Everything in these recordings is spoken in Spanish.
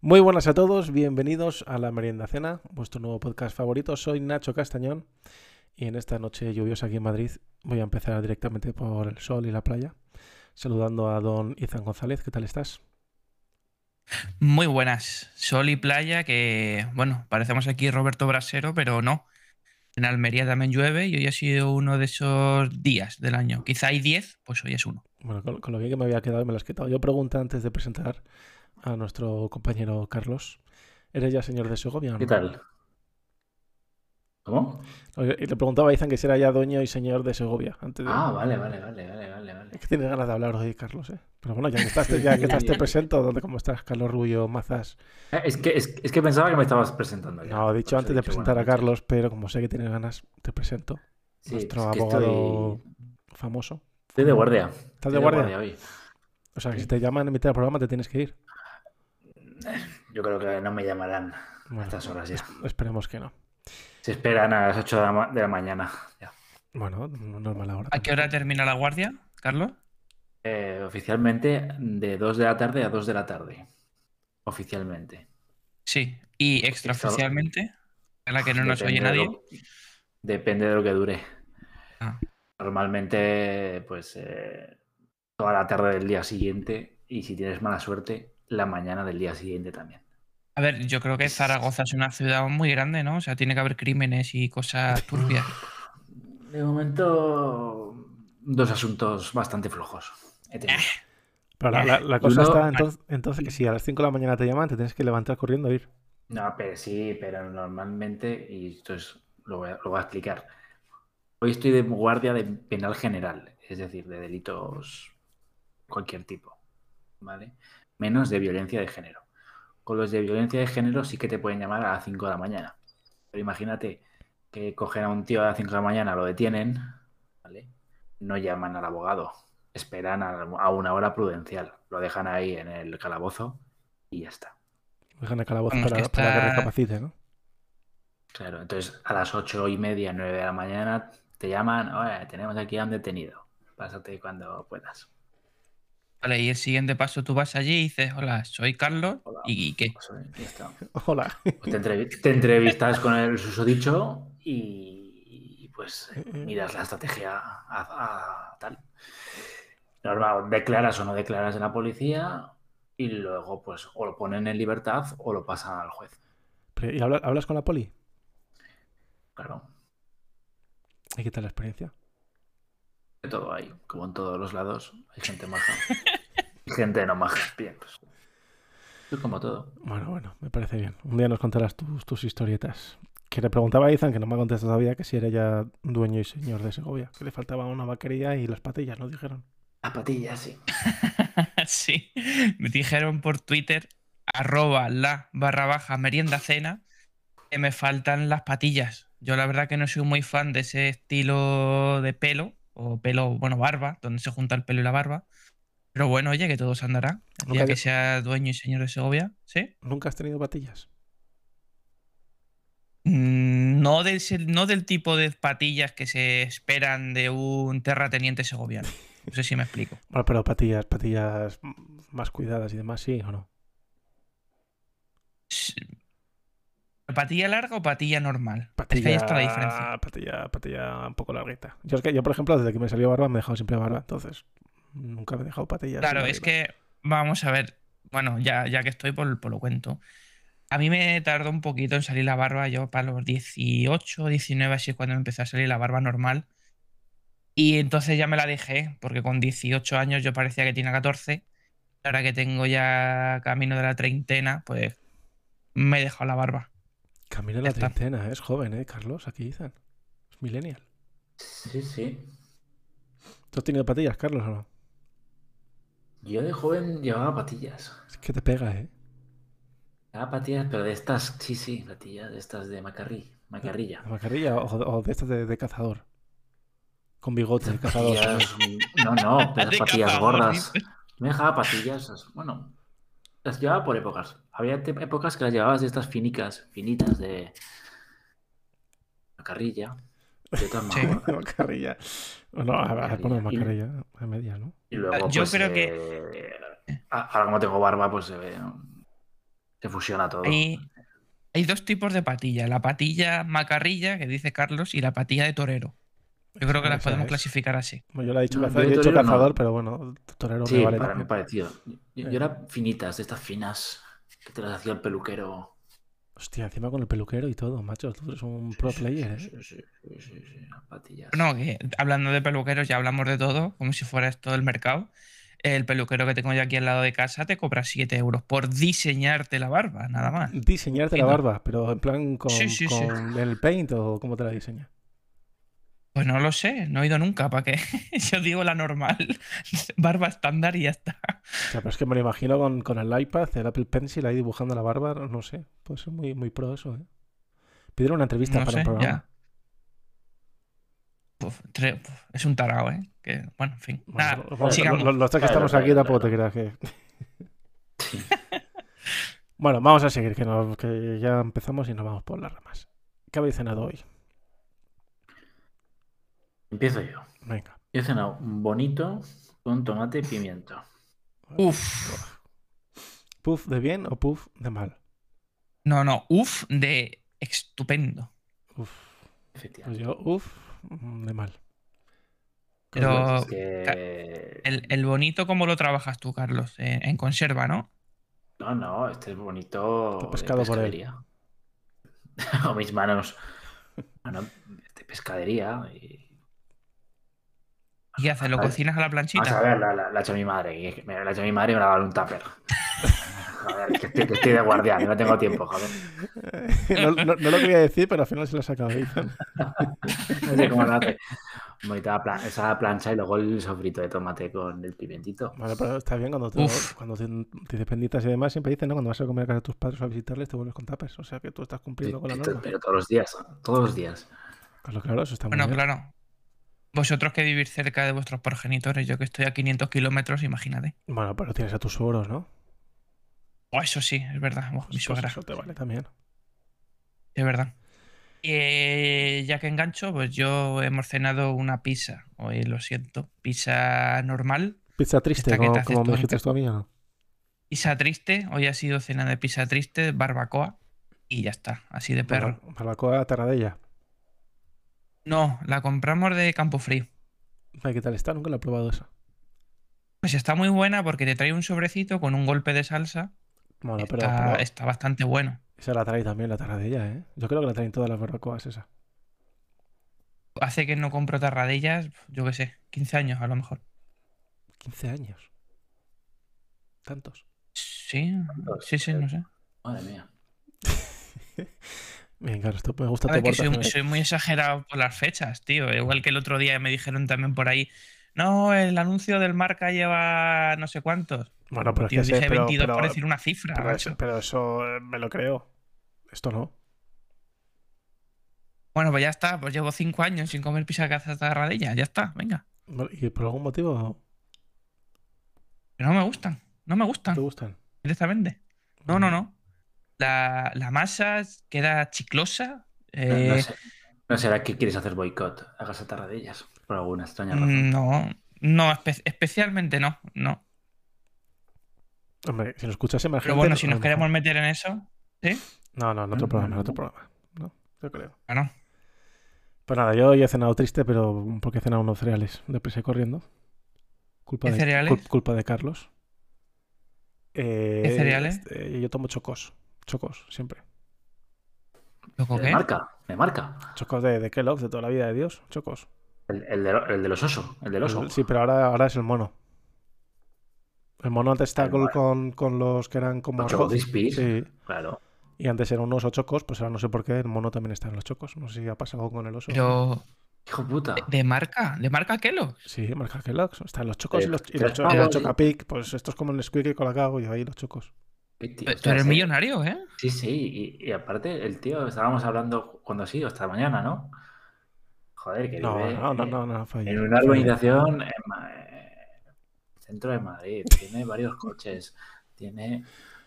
Muy buenas a todos, bienvenidos a La Merienda Cena, vuestro nuevo podcast favorito. Soy Nacho Castañón y en esta noche lluviosa aquí en Madrid voy a empezar directamente por el sol y la playa, saludando a don Izan González. ¿Qué tal estás? Muy buenas, sol y playa, que bueno, parecemos aquí Roberto Brasero, pero no. En Almería también llueve y hoy ha sido uno de esos días del año. Quizá hay 10, pues hoy es uno. Bueno, con, con lo bien que me había quedado y me lo has quitado. Yo pregunta antes de presentar a nuestro compañero Carlos. ¿Eres ya señor de Segovia? o no? ¿Qué tal? ¿Cómo? No, Y le preguntaba a Izan que si era ya dueño y señor de Segovia. Antes de... Ah, vale, vale, vale, vale, vale, vale. Es que tienes ganas de hablar hoy, Carlos, ¿eh? Pero bueno, ya que estás, ya que estás te presento, ¿dónde cómo estás, Carlos Rubio, Mazas? Eh, Es que, es, es que pensaba que me estabas presentando ya. No, he dicho Por eso antes de presentar a bueno, pues Carlos, pero como sé que tienes ganas, te presento. sí, nuestro es que abogado Estoy, famoso. estoy de guardia. ¿Estás de guardia? hoy. O sea, que si te llaman a mitad del programa te tienes que ir. Yo creo que no me llamarán Bueno, a estas horas ya. Esperemos que no. Se esperan a las 8 de la, ma- de la mañana. ya. Bueno, no no es mala hora. ¿A qué tampoco. hora termina la guardia, Carlos? Eh, oficialmente de 2 de la tarde a 2 de la tarde. Oficialmente. Sí. Y extraoficialmente, a la que no nos oye Pues Depende nadie. de lo- depende de lo que dure. Ah. Normalmente, pues eh, toda la tarde del día siguiente y si tienes mala suerte, la mañana del día siguiente también. A ver, yo creo que Zaragoza es una ciudad muy grande, ¿no? O sea, tiene que haber crímenes y cosas turbias. De momento, dos asuntos bastante flojos. he Ah. tenido. Pero la, la- la Yo cosa no- está entonces, entonces que si a las 5 de la mañana te llaman, te tienes que levantar corriendo e ir. No, pero sí, pero normalmente, y esto es, lo voy a, lo voy a explicar. Hoy estoy de guardia de penal general, es decir, de delitos cualquier tipo, ¿vale? Menos de violencia de género. Con los de violencia de género sí que te pueden llamar a las 5 de la mañana. Pero imagínate que cogen a un tío a las 5 de la mañana, lo detienen, ¿vale? No llaman al abogado, esperan a, a una hora prudencial, lo dejan ahí en el calabozo y ya está. Dejan el calabozo Vamos, para, que para que está- recapacite, ¿no? Claro, entonces a las ocho y media, nueve de la mañana te llaman, oye, tenemos aquí a un detenido, pásate cuando puedas. Vale, y el siguiente paso tú vas allí y dices, hola, soy Carlos. Hola. ¿Y qué? Pues, oye, ya está. Hola. Pues te, entrevi- te entrevistas con el susodicho y, y, pues eh, miras la estrategia a, a tal. Normal, declaras o no declaras en la policía y luego pues o lo ponen en libertad o lo pasan al juez. Pero, ¿Y habla- hablas con la poli? Claro, ¿Y qué tal la experiencia? de todo hay, como en todos los lados, hay gente maja y gente no maja. Bien, pues. Es como todo. Bueno, bueno, me parece bien. Un día nos contarás tus, tus historietas. Que le preguntaba a Izan, que no me ha contestado todavía, que si era ya dueño y señor de Segovia, que le faltaba una vaquería y las patillas, ¿no? Dijeron. Las patillas, sí. Sí, me dijeron por Twitter, arroba la barra baja merienda cena, que me faltan las patillas. Yo la verdad que no soy muy fan de ese estilo de pelo, o pelo, bueno, barba, donde se junta el pelo y la barba. Pero bueno, oye, que todo se andará. El día Nunca- que sea dueño y señor de Segovia, ¿sí? ¿Nunca has tenido patillas? Mm, No, de ese- no del tipo de patillas que se esperan de un terrateniente segoviano. No sé si me explico. Bueno, pero patillas, patillas mm, más cuidadas y demás, ¿sí o no? Sí. ¿Patilla larga o patilla normal? Patilla, Es que ahí está la diferencia. Patilla, patilla un poco larguita. Yo es que yo, por ejemplo, desde que me salió barba me he dejado siempre barba, entonces nunca me he dejado patillas. Claro, es que vamos a ver. Bueno, ya, ya que estoy, por, por lo cuento. A mí me tardó un poquito en salir la barba, yo para los 18, 19, así es cuando me empezó a salir la barba normal. Y entonces ya me la dejé, porque con 18 años yo parecía que tenía 14. Ahora que tengo ya camino de la treintena, pues me he dejado la barba. Camino a la Ya está. treintena, ¿eh? es joven, ¿eh, Carlos? Aquí dicen. Es millennial. Sí, sí. ¿Tú has tenido patillas, Carlos, o no? Yo de joven llevaba patillas. Es que te pega, ¿eh? Llevaba patillas, pero de estas, sí, sí, patillas, de estas de macarrí, macarrilla. La mascarilla o, o de estas de, de cazador. Con bigote de cazador. Patillas, no, no, pero De patillas cazador, gordas. Me dejaba patillas, esas- bueno, las llevaba por épocas. Había te- épocas que las llevabas de estas finicas, finitas de macarrilla. ¿eh? Y otras más Sí. gordas. mascarilla. No, a, a poner mascarilla a medias, ¿no? Y luego, Yo pues, creo eh, a- ahora como tengo barba, pues se ve, ¿no? Se fusiona todo. Hay, hay dos tipos de patilla, la patilla macarrilla, que dice Carlos, y la patilla de torero. Yo creo que Pues las Esa podemos es. clasificar así. Bueno, yo la he dicho, No, cazador, yo yo de he dicho torero no. cazador, pero bueno, torero Sí, me vale. Eh. para mí también. parecido. Yo, yo era finitas, de estas finas que te las hacía el peluquero. Hostia, encima con el peluquero y todo, macho. Tú eres un pro player, ¿eh? Sí, sí, sí, sí, sí, sí, las patillas. No, que hablando de peluqueros ya hablamos de todo, como si fuera esto el mercado. El peluquero que tengo yo aquí al lado de casa te cobra 7 euros por diseñarte la barba, nada más. Diseñarte la Entiendo. barba, pero en plan con, Sí, sí, sí. con el paint o cómo te la diseña. Pues no lo sé, no he ido nunca, ¿para qué? Yo digo la normal, barba estándar y ya está. O sea, pero es que me lo imagino con, con el iPad, el Apple Pencil ahí dibujando la barba, no sé. Puede ser muy, muy pro eso, ¿eh? Pidieron una entrevista No para sé, el programa. ya. Puf, tre- puf, es un tarao, ¿eh? Que, bueno, en fin. Bueno, Nada, lo- lo- sigamos. lo- los tres que Claro, estamos aquí claro, tampoco te creas que. bueno, vamos a seguir, que, nos- que ya empezamos y nos vamos por las ramas. ¿Qué habéis cenado hoy? Empiezo yo. Venga. Yo he cenado bonito con tomate y pimiento. Uf, ¿Puff de bien o puff de mal? no, no, uf de estupendo. Uf. Pues Efectivamente. yo, uff, de mal. Pero Es que- el, el bonito, ¿cómo lo trabajas tú, Carlos? Eh, en conserva, ¿no? No, no, este es bonito. Está de pescado por él. pescadería. o mis manos. Bueno, de pescadería. Y... ¿Y haces? ¿Lo Vale. cocinas a la Vamos a planchita? ver, la, la, la ha hecho mi madre. y es que me- la ha hecho mi madre y me la ha dado en un tupper. Joder, que estoy, que estoy de guardián, que no tengo tiempo, joder. no, no- no lo quería decir, pero al final se lo he sacado. Ethan. No sé cómo lo hace. Bonita la plan- esa plancha y luego el sofrito de tomate con el pimentito. Vale, pero está bien cuando, te, Uf. cuando te, te dependitas y demás, siempre dicen, ¿no? Cuando vas a comer a casa de tus padres o a visitarles, te vuelves con tapers. O sea que tú estás cumpliendo con la norma. Pero todos los días, todos los días. Claro, claro, eso está muy Bueno, bien. claro. Vosotros que vivís cerca de vuestros progenitores, yo que estoy a 500 kilómetros, imagínate. Bueno, pero tienes a tus suegros, ¿no? O eso sí, es verdad. buah, mi Pues suegra, eso te vale también. es verdad. Eh, ya que engancho, pues yo hemos cenado una pizza. Hoy lo siento. Pizza normal, Pizza triste, Esta que como, te haces como tú me en dijiste ca- tú a mí, ¿o ¿no? pizza triste. Hoy ha sido cena de pizza triste, barbacoa y ya está. Así de perro. Barba- Barbacoa tarradella. No, la compramos de Campo Frío. Ay, ¿Qué tal está? Nunca lo he probado eso. Pues está muy buena porque te trae un sobrecito con un golpe de salsa. Bueno, pero, está, pero está bastante bueno. esa la trae también, la tarradella, ¿eh? Yo creo que la traen todas las barbacoas esa. Hace que no compro tarradellas, yo qué sé, 15 años a lo mejor. 15 años. Tantos. Sí, sí, sí, no sé. Madre mía. Venga, esto me gusta A tu ver, que aportación soy, ahí. soy muy exagerado por las fechas, tío. Igual que el otro día me dijeron también por ahí, no, el anuncio del marca lleva no sé cuántos. Bueno, pero es Tío, que dije sé, pero- 22 por pero- decir una cifra, Pero macho. eso, pero eso, eh, me lo creo. Esto no. Bueno, pues ya está, pues llevo 5 años sin comer pizza caza tarradella, ya está, venga. Vale, ¿Y por algún motivo Pero no me gustan, no me gustan te gustan? directamente. Ah. No, no, no. La, la masa queda chiclosa. eh, No, sé- no será que quieres hacer boicot a Casa Tarradellas por alguna Mm, extraña razón. No, no, espe- especialmente no, no. Hombre, si nos escuchas más Pero gente, bueno, no- si a lo nos queremos mejor- meter en eso, ¿sí? No, no, en otro Mm, programa, en no. otro programa. No, yo creo. Bueno, Pues nada, yo hoy he cenado triste, pero porque he cenado unos cereales de prisa y corriendo. Culpa ¿Qué de, cereales? cul- culpa de Carlos. Eh, ¿Qué cereales? este, yo tomo chocos. Chocos, siempre. ¿loco Me qué? marca, me marca. Chocos de, de Kellogg's, de toda la vida de Dios. Chocos. El, el de, lo- el de los osos, el del oso. Sí, pero ahora, ahora es el mono. El mono antes estaba El con, mono. con- con los que eran como Los Choco rojos. Crispies. Sí. Claro. Y antes eran unos chocos, pues ahora no sé por qué el mono también está en los chocos. No sé si ha pasado con el oso. Pero Hijo puta. de marca, de marca Kellogg. Sí, marca Kellogg's. Están los chocos y Eh, los, y tres los, cho- y pavos, los sí. Chocapic. Pues esto es como el Squeaky con la cago y ahí los chocos. ¿Qué tío? Tú O sea, eres sí. millonario, ¿eh? Sí, sí. Y, y aparte, el tío, estábamos hablando cuando ha sido, esta mañana, ¿no? Joder, que No, vive no, no, no, no, fue en ayer, una fue ayer. urbanización en Ma- eh, centro de Madrid. Tiene varios coches. Tiene.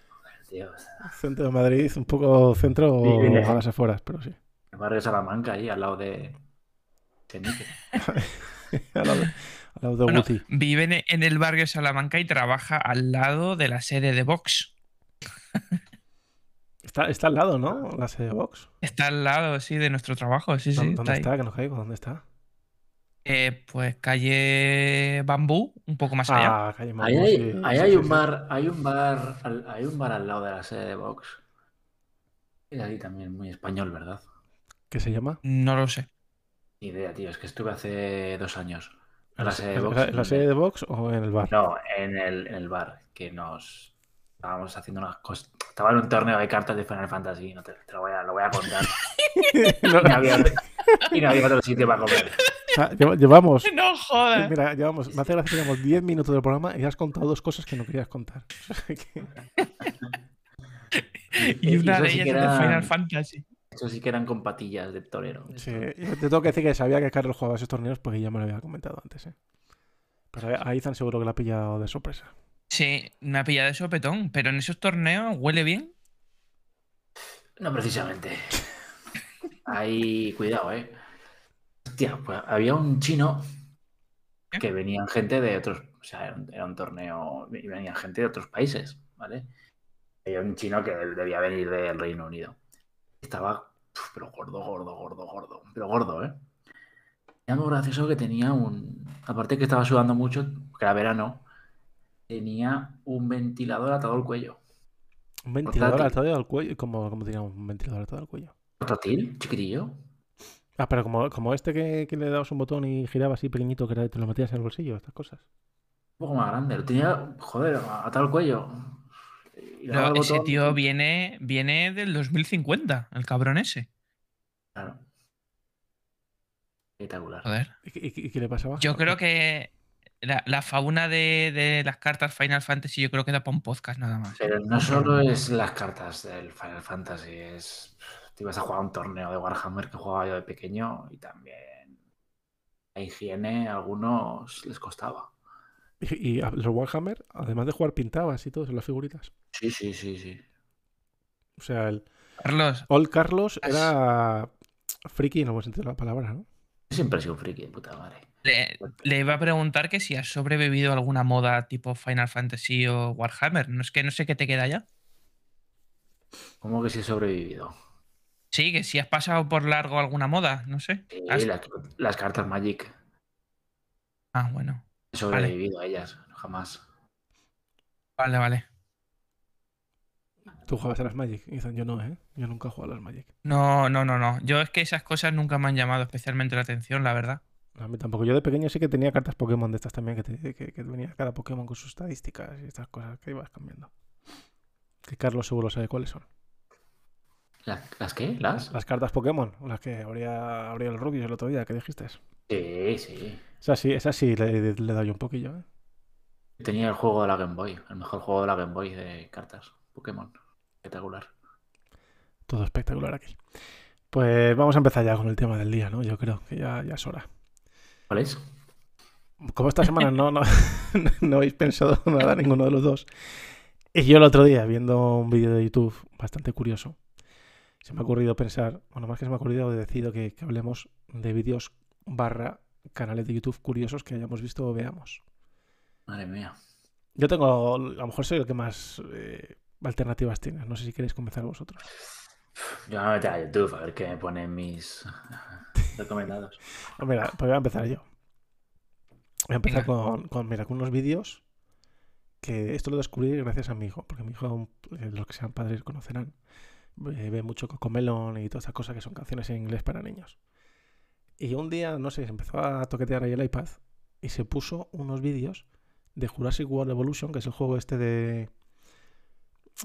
Joder, tío. o sea, Centro de Madrid, un poco centro o Sí, sí, sí. a las afueras, pero sí. El barrio de Salamanca, ahí al lado de. Chenique. Al lado de- al lado de Bueno, Guti. vive en- en el barrio de Salamanca y trabaja al lado de la sede de Vox. Está, está al lado, ¿no? La sede de Vox. Está al lado, sí, de nuestro trabajo. Sí, sí. ¿Dónde está? ahí. Que no caigo. ¿Dónde está? Eh, pues calle Bambú, un poco más allá. Ah, calle Ahí Mambo, hay, sí, ahí sí, hay sí, un sí. bar, hay un bar, al, hay un bar al lado de la sede de Vox. Es ahí también muy español, ¿verdad? ¿Qué se llama? No lo sé. Ni idea, tío. Es que estuve hace dos años. ¿En la, en la sede de en Vox, la- en la ¿dónde? sede de Vox o en el bar? No, en el, en el bar, que nos estábamos haciendo unas cosas. Estaba en un torneo de cartas de Final Fantasy, no te, te lo, voy a, lo voy a contar. No, Y no había, y no había otro sitio para comer. ah, lleva- llevamos. No jodas. Mira, llevamos. Me hace gracia que llevamos 10 minutos del programa y has contado dos cosas que no querías contar. O sea que- Y una eso de sí ellas que es de eran- Final Fantasy. Eso sí que eran con patillas de torero. Sí, yo te tengo que decir que sabía que Carlos jugaba esos torneos porque ya me lo había comentado antes. ¿eh? Pero a- a Izan seguro que la ha pillado de sorpresa. Sí, me ha pillado de sopetón, pero en esos torneos huele bien. No precisamente. Ahí, cuidado, eh. Hostia, pues había un chino ¿Eh? que venían gente de otros, o sea, era un, era un torneo y venían gente de otros países, ¿vale? Había un chino que debía venir del Reino Unido. Estaba, uf, pero gordo, gordo, gordo, gordo, pero gordo, ¿eh? Era muy gracioso que tenía un, aparte que estaba sudando mucho, que era verano, tenía un ventilador atado al cuello. Un ventilador Portátil. atado al cuello. ¿Cómo, cómo tenía un ventilador atado al cuello? Portátil, chiquitillo. Ah, pero como, como este que, que le dabas un botón y giraba así pequeñito, que era- te lo metías en el bolsillo, estas cosas. Un poco más grande, lo tenía, joder, atado al cuello. Y le daba Pero al ese botón, tío viene, viene del 2050, el cabrón ese. claro. Espectacular. Joder. ¿Y, qué- y qué- y qué le pasaba? Yo creo que la, la fauna de, de las cartas Final Fantasy, yo creo que da para un podcast nada más. Pero no solo es las cartas del Final Fantasy, es. Te ibas a jugar a un torneo de Warhammer que jugaba yo de pequeño y también la higiene a algunos les costaba. Y, y a- los Warhammer, además de jugar, pintabas y todo, en las figuritas. Sí, sí, sí, sí. O sea, el Carlos, All Carlos era friki en el buen sentido de la palabra, ¿no? Siempre he sido un friki de puta madre. le, le iba a preguntar que si has sobrevivido a alguna moda tipo Final Fantasy o Warhammer. No es que no sé qué te queda ya. ¿Cómo que sí he sobrevivido? Sí, que si has pasado por largo alguna moda, no sé. Sí, Has- las, las cartas Magic. Ah, bueno. He sobrevivido a ellas, jamás. Vale, vale. Tú jugabas a las Magic. Izan, yo no, ¿eh? Yo nunca he jugado a las Magic. No, no, no, no. Yo es que esas cosas nunca me han llamado especialmente la atención, la verdad. A mí tampoco. Yo de pequeño sí que tenía cartas Pokémon de estas también, que, te- que, que venía cada Pokémon con sus estadísticas y estas cosas que ibas cambiando. Que Carlos seguro sabe cuáles son. ¿Las, las qué? ¿Las? Las cartas Pokémon, las que abría, abría el Rubius el otro día, que dijiste. Sí, sí. Esa sí, esa sí le, le doy un poquillo, ¿eh? Tenía el juego de la Game Boy, el mejor juego de la Game Boy de cartas, Pokémon. Espectacular. Todo espectacular aquí. Pues vamos a empezar ya con el tema del día, ¿no? Yo creo que ya, ya es hora. ¿Cuál es? Como esta semana no, no, no habéis pensado nada ninguno de los dos. Y yo el otro día, viendo un vídeo de YouTube bastante curioso, se me ha ocurrido pensar, bueno, más que se me ha ocurrido, he decidido que, que hablemos de vídeos barra canales de YouTube curiosos que hayamos visto o veamos. Madre mía. Yo tengo, a lo mejor soy el que más eh, alternativas tiene. No sé si queréis comenzar vosotros. Yo me voy a meter a YouTube a ver qué me ponen mis recomendados. Pues Mira, pues voy a empezar yo. Voy a empezar Venga. con, con, mira, con unos vídeos que esto lo descubrí gracias a mi hijo, porque mi hijo, eh, los que sean padres conocerán, eh, ve mucho Cocomelon y todas esas cosas que son canciones en inglés para niños. Y un día, no sé, se empezó a toquetear ahí el iPad y se puso unos vídeos de Jurassic World Evolution, que es el juego este de...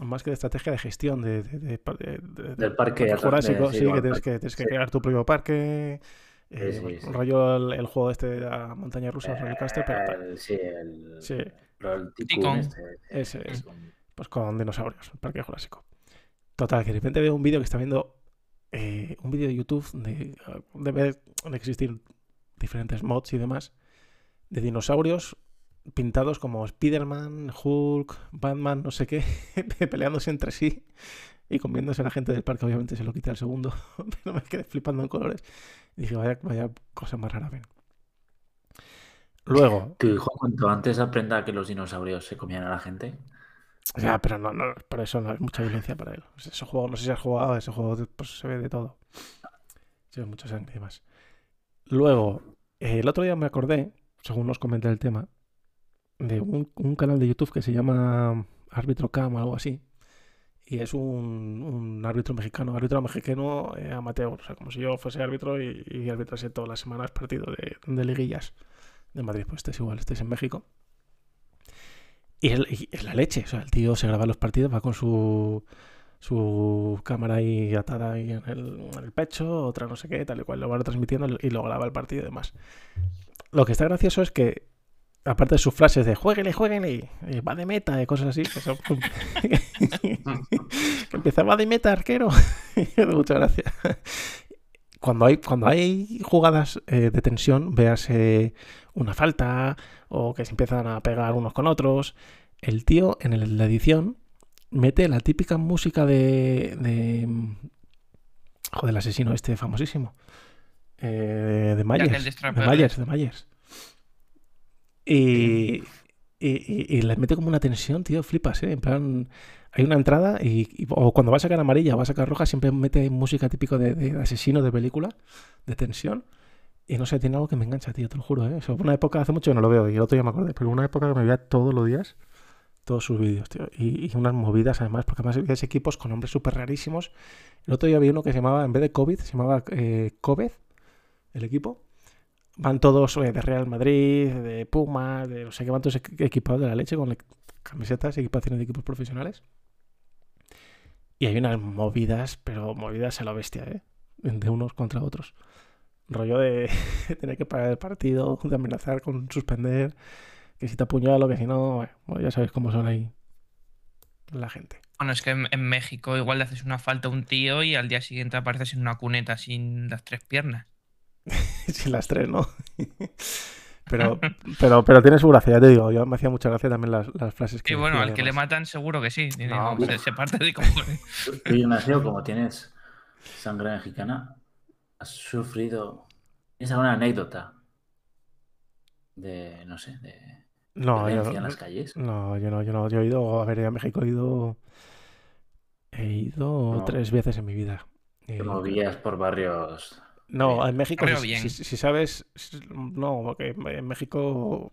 Más que de estrategia de gestión de, de- de- de- de- Del parque de- Jurásico, de- sí, que sí, del tienes parque. que, tienes que Sí. crear tu propio parque, eh, Sí, sí, pues, sí. rollo el, el juego este de la montaña rusa, rollo Castle, pero tal. El- Eh, sí, el, Sí, pero el Tycoon Tycoon. este, Ese el es. Tycoon. pues con dinosaurios, el parque jurásico. Total, que de repente veo un vídeo que está viendo eh, un vídeo de YouTube de debe de existir diferentes mods y demás de dinosaurios pintados como Spider-Man, Hulk, Batman, no sé qué, pe- peleándose entre sí y comiéndose a la gente del parque, obviamente se lo quita el segundo, pero me quedé flipando en colores. Y dije, vaya, vaya cosa más rara, ven. Luego, Tu hijo cuanto antes aprenda que los dinosaurios se comían a la gente. Ya, pero no, no, por eso no es mucha violencia para él. Pues Ese juego, no sé si has jugado, ese juego pues, se ve de todo. Se ve mucha sangre y demás. Luego, eh, el otro día me acordé, según nos comenté el tema, de un, un canal de YouTube que se llama Árbitro Cam o algo así. Y es un, un árbitro mexicano, árbitro mexicano eh, amateur. O sea, como si yo fuese árbitro y, y arbitrase todas las semanas partidos de, de liguillas de Madrid. Pues este es igual, este es en México. Y es, y es la leche. O sea, el tío se graba los partidos, va con su, su cámara ahí atada ahí en el, en el pecho, otra no sé qué, tal y cual. Lo va transmitiendo y lo graba el partido y demás. Lo que está gracioso es que, aparte de sus frases de jueguenle, jueguenle, eh, va de meta y cosas así, que, son- que empieza, va de meta, arquero. Muchas gracias. Cuando hay, cuando hay jugadas eh, de tensión, véase una falta o que se empiezan a pegar unos con otros, el tío en el- la edición mete la típica música de. de joder, el asesino este famosísimo. Eh, de Jack el Myers. De Destripador. Myers, de Myers. Y, y, y- y le mete como una tensión, tío, flipas, ¿eh? En plan, hay una entrada y, y- o cuando va a sacar amarilla o va a sacar roja, siempre mete música típico de, de asesino de película, de tensión. Y no sé, tiene algo que me engancha, tío, te lo juro, ¿eh? Eso, una época, hace mucho que no lo veo, y el otro día me acordé, pero una época que me veía todos los días todos sus vídeos, tío. Y, y unas movidas además, porque además veías equipos con nombres súper rarísimos. El otro día había uno que se llamaba, en vez de COVID, se llamaba eh, Cobez, el equipo. Van todos eh, de Real Madrid, de Puma, de no sé qué, van todos equ- equipados de la leche con le- camisetas, equipaciones de equipos profesionales. Y hay unas movidas, pero movidas a la bestia, ¿eh? De unos contra otros. Rollo de tener que parar el partido, de amenazar con suspender, que si te apuñalo, que si no, bueno, bueno, ya sabéis cómo son ahí la gente. Bueno, es que en, en México igual le haces una falta a un tío y al día siguiente apareces en una cuneta sin las tres piernas. sin las tres, ¿no? pero, pero, pero tiene su gracia, ya te digo. Yo me hacía mucha gracia también las, las frases que. Y bueno, decía, al que le además. matan seguro que sí. Digo, No, se, se parte de cojones. Tú, Ignacio, como tienes sangre mexicana, has sufrido. ¿Tienes alguna anécdota de, no sé, de No, yo violencia en no, las calles? no, yo no, yo no. Yo he ido, a ver, yo a México he ido. He ido No. tres veces en mi vida. Eh, Te movías por barrios. No, Bien. en México, Creo si, bien. si- si sabes, si- no, porque en México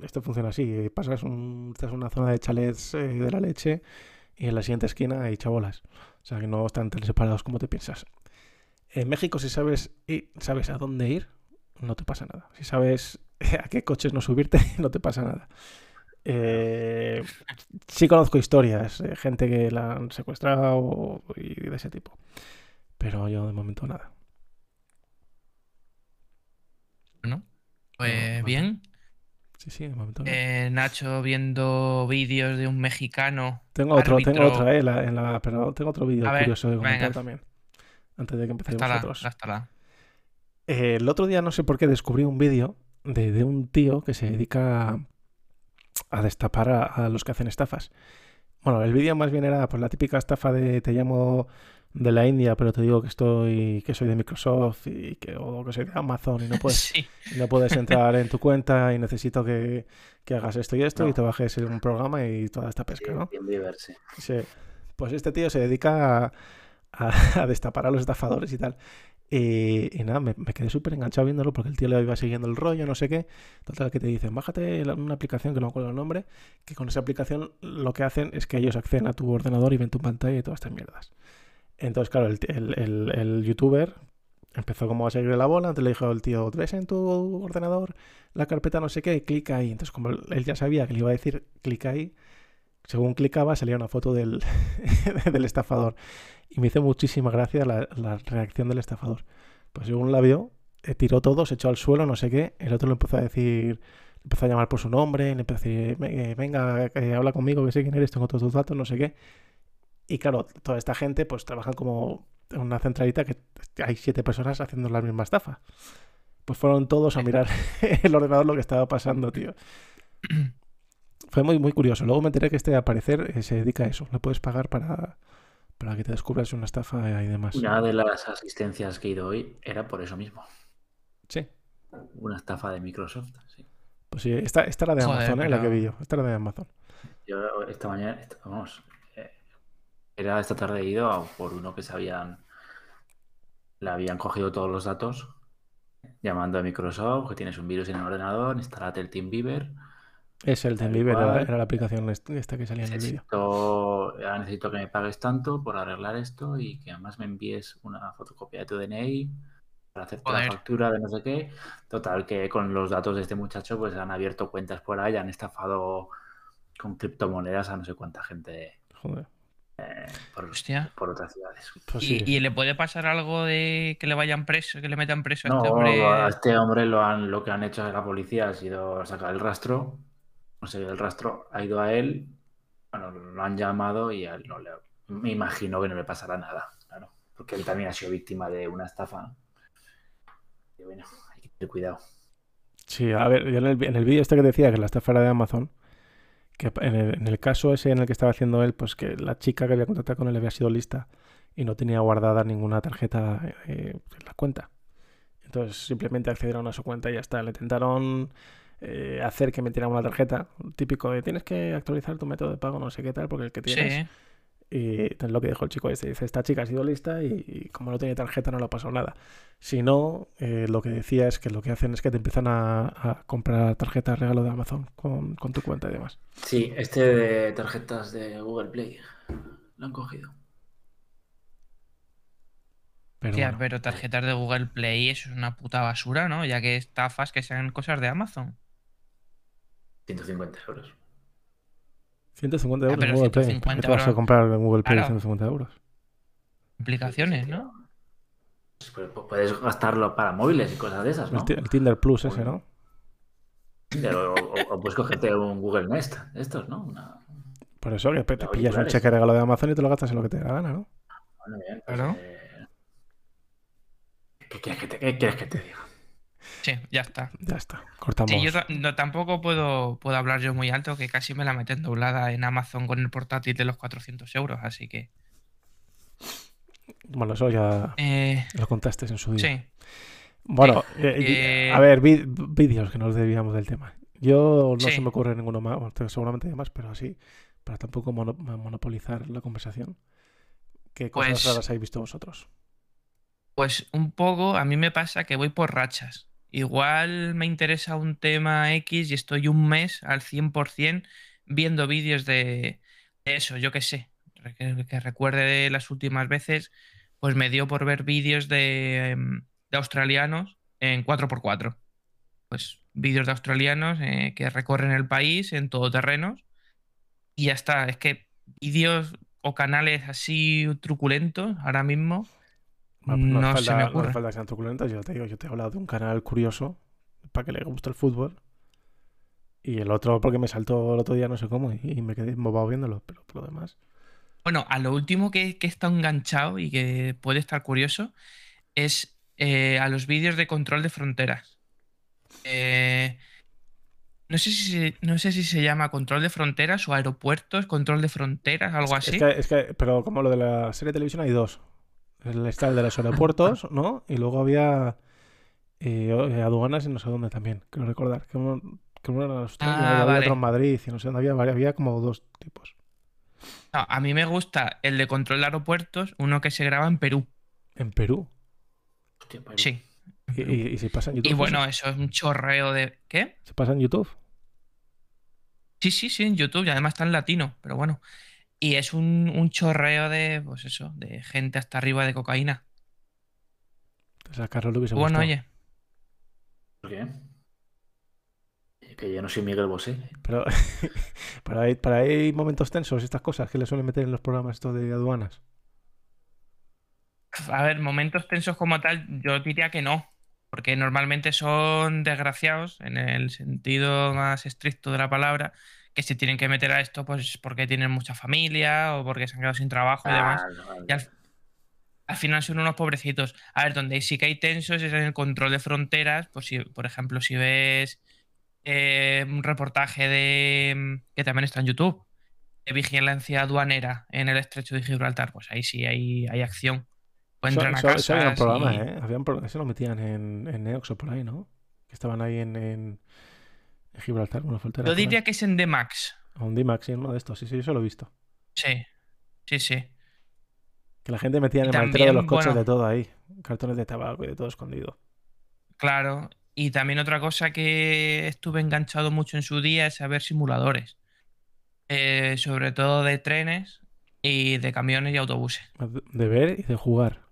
esto funciona así. eh, Pasas un, estás en una zona de chalets eh, de la leche y en la siguiente esquina hay chabolas. O sea, que no están tan separados como te piensas. En México, si sabes, y sabes a dónde ir, no te pasa nada. Si sabes a qué coches no subirte, no te pasa nada. Eh, sí conozco historias de gente que la han secuestrado y de ese tipo. Pero yo de momento nada. ¿no? Pues no. bien. Sí, sí, de momento no. Eh, Nacho viendo vídeos de un mexicano. Tengo otro, tengo árbitro. otra, eh, la- en la- pero tengo otro vídeo A ver, curioso de comentar venga. también. Antes de que empecéis Hasta la, vosotros. hasta la. Eh, el otro día no sé por qué descubrí un vídeo de, de un tío que se dedica a destapar a, a los que hacen estafas. Bueno, el vídeo más bien era pues, la típica estafa de te llamo de la India, pero te digo que estoy, que soy de Microsoft y que, o que soy de Amazon y no puedes Sí. y no puedes entrar en tu cuenta y necesito que, que hagas esto y esto No. y te bajes en un programa y toda esta pesca, ¿no? Bien diverso. Sí. Pues este tío se dedica a, a- a destapar a los estafadores y tal. Y, y nada, me, me quedé súper enganchado viéndolo porque el tío le iba siguiendo el rollo, no sé qué. Total, que te dicen, bájate la- una aplicación que no me acuerdo el nombre, que con esa aplicación lo que hacen es que ellos acceden a tu ordenador y ven tu pantalla y todas estas mierdas. Entonces, claro, el, t- el- el- el youtuber empezó como a seguirle la bola, entonces le dijo el tío, ¿ves en tu ordenador la carpeta no sé qué? Clica ahí. Entonces, como él ya sabía que le iba a decir, clica ahí, según clicaba salía una foto del, del estafador. Y me hizo muchísima gracia la, la reacción del estafador. Pues según la vio, eh, tiró todo, se echó al suelo, no sé qué. El otro le empezó a decir, le empezó a llamar por su nombre, le empezó a decir, "Ve- eh, venga, eh, habla conmigo, que sé quién eres, tengo todos tus datos, no sé qué. Y claro, toda esta gente pues trabaja como en una centralita que hay siete personas haciendo la misma estafa. Pues fueron todos a mirar el ordenador lo que estaba pasando, tío. Fue muy, muy curioso. Luego me enteré que este, al parecer, eh, se dedica a eso. Le puedes pagar para, para que te descubras una estafa y demás. Una de las asistencias que he ido hoy era por eso mismo. Sí. Una estafa de Microsoft. sí. Pues sí, esta, esta era de Joder, Amazon, eh, la que pero- vi yo. Esta era de Amazon. Yo esta mañana, esta- vamos, eh, era esta tarde he ido a por uno que se habían, le habían cogido todos los datos, llamando a Microsoft, que tienes un virus en el ordenador, instálate el Teamviewer, Es el Tal Teamweaver, era, cual. era la aplicación est- esta que salía en el vídeo. necesito, ahora necesito que me pagues tanto por arreglar esto y que además me envíes una fotocopia de tu DNI para hacerte Joder. la factura de no sé qué. Total, que con los datos de este muchacho pues han abierto cuentas por ahí, han estafado con criptomonedas a no sé cuánta gente Joder. eh, por, Hostia. por otras ciudades. Pues sí. ¿Y, y le puede pasar algo de que le vayan preso, que le metan preso a No, este hombre? a este hombre lo, han, lo que han hecho de la policía ha sido sacar el rastro. O sea, el rastro ha ido a él. Bueno, lo han llamado y a él no le. Me imagino que no le pasará nada, claro. Porque él también ha sido víctima de una estafa. Y bueno, hay que tener cuidado. Sí, a ver, yo en el, vi- en el vídeo este que decía que la estafa era de Amazon, que pa- en el, en el caso ese en el que estaba haciendo él, pues que la chica que había contactado con él había sido lista y no tenía guardada ninguna tarjeta eh, en la cuenta. Entonces simplemente accedieron a su cuenta y ya está. Le intentaron eh, hacer que metiera una tarjeta, típico de tienes que actualizar tu método de pago, no sé qué tal, porque el que tienes. Sí. Y entonces lo que dijo el chico este, dice, esta chica ha sido lista y, y como no tiene tarjeta no le ha pasado nada. Si no, eh, lo que decía es que lo que hacen es que te empiezan a, a comprar tarjetas regalo de Amazon con, con tu cuenta y demás. Sí, este de tarjetas de Google Play lo han cogido. Pero Hostia, bueno, pero tarjetas de Google Play, eso es una puta basura, ¿no? Ya que estafas que sean cosas de Amazon. 150 euros. 150 Ah, euros en pero Google Play. 150 ¿Por qué tú vas a euros? comprar en Google Play Claro. 150 euros? Implicaciones, ¿no? Pues Puedes gastarlo para móviles y cosas de esas, El ¿no? ti- El Tinder Plus ese, Bueno. ¿no? O, o- o puedes cogerte un Google Nest, de estos, ¿no? Una, Por eso que te Los pillas un auriculares. cheque regalo de Amazon y te lo gastas en lo que te dé la gana, ¿no? Bueno, bien, pues, Claro. eh, ¿Qué quieres que te, qué quieres que te diga? Sí, ya está. Ya está, cortamos. Sí, yo ta- no, tampoco puedo, puedo hablar yo muy alto, que casi me la meten doblada en Amazon con el portátil de los 400 euros, así que... Bueno, eso ya eh, lo contaste en su día. sí, Bueno, eh, y- Eh, a ver, vi- vídeos que nos debíamos del tema. Yo no Sí. se me ocurre ninguno más, bueno, te- seguramente hay más, pero así, para tampoco mono- monopolizar la conversación. ¿Qué cosas Pues- raras habéis visto vosotros? Pues un poco, a mí me pasa que voy por rachas. Igual me interesa un tema X y estoy un mes al 100% viendo vídeos de, de eso, yo qué sé. Que, que recuerde de las últimas veces, pues me dio por ver vídeos de, em, de australianos en 4x4. Pues vídeos de australianos eh, que recorren el país en todoterrenos. Y ya está, es que vídeos o canales así truculentos ahora mismo. Bueno, pues No hace se me No hace ocurre. falta que sean truculentos, yo te digo, yo te he hablado de un canal curioso para que le guste el fútbol. Y el otro porque me saltó el otro día no sé cómo y, y me quedé embobado viéndolo, pero por lo demás. Bueno, a lo último que, que he estado enganchado y que puede estar curioso es eh, a los vídeos de control de fronteras. Eh, no sé si se, no sé si se llama control de fronteras o aeropuertos, control de fronteras, algo así. Es que, es que, pero como lo de la serie de televisión hay dos. El, está el de los aeropuertos, ¿no? Y luego había eh, o- eh, aduanas y no sé dónde también, creo recordar. Que uno, que uno era en Australia, Ah, y había vale. otro en Madrid y no sé dónde había, varios- había como dos tipos. No, a mí me gusta el de control de aeropuertos, uno que se graba en Perú. En Perú. Hostia, pues, pero- Sí. Y, y- y se pasa en YouTube. pues, Y bueno, eso. eso es un chorreo de... ¿Qué? Se pasa en YouTube. Sí, sí, sí, en YouTube y además está en latino, pero bueno. Y es un, un chorreo de, pues eso, de gente hasta arriba de cocaína. O sea, a Carlos le hubiese Bueno, gustado. oye. ¿Por qué? Eh, Que yo no soy Miguel Bosé. Pero, pero, hay, pero hay momentos tensos y estas cosas que le suelen meter en los programas estos de aduanas. A ver, momentos tensos como tal, yo diría que no, porque normalmente son desgraciados en el sentido más estricto de la palabra, que se tienen que meter a esto pues porque tienen mucha familia o porque se han quedado sin trabajo y demás. Ah, no, vale. Y al, al final son unos pobrecitos. A ver, donde sí que hay tensos es en el control de fronteras. Pues si, por ejemplo, si ves eh, un reportaje de que también está en YouTube, de vigilancia aduanera en el estrecho de Gibraltar, pues ahí sí hay, hay acción. O Eso- entran a eso- eso había un casas programa, y- ¿eh? Había un pro- Eso lo metían en, en Neox o por ahí, ¿no? Que estaban ahí en, en- en Gibraltar, bueno, falta Yo diría que es en The Max. A un D-Max, sí, uno de estos. Sí, sí, yo eso lo he visto. Sí, sí, sí. Que la gente metía en Y el maletero de los también, coches bueno. de todo ahí. Cartones de tabaco y de todo escondido. Claro. Y también otra cosa que estuve enganchado mucho en su día es a ver simuladores. Eh, sobre todo de trenes y de camiones y autobuses. De ver y de jugar.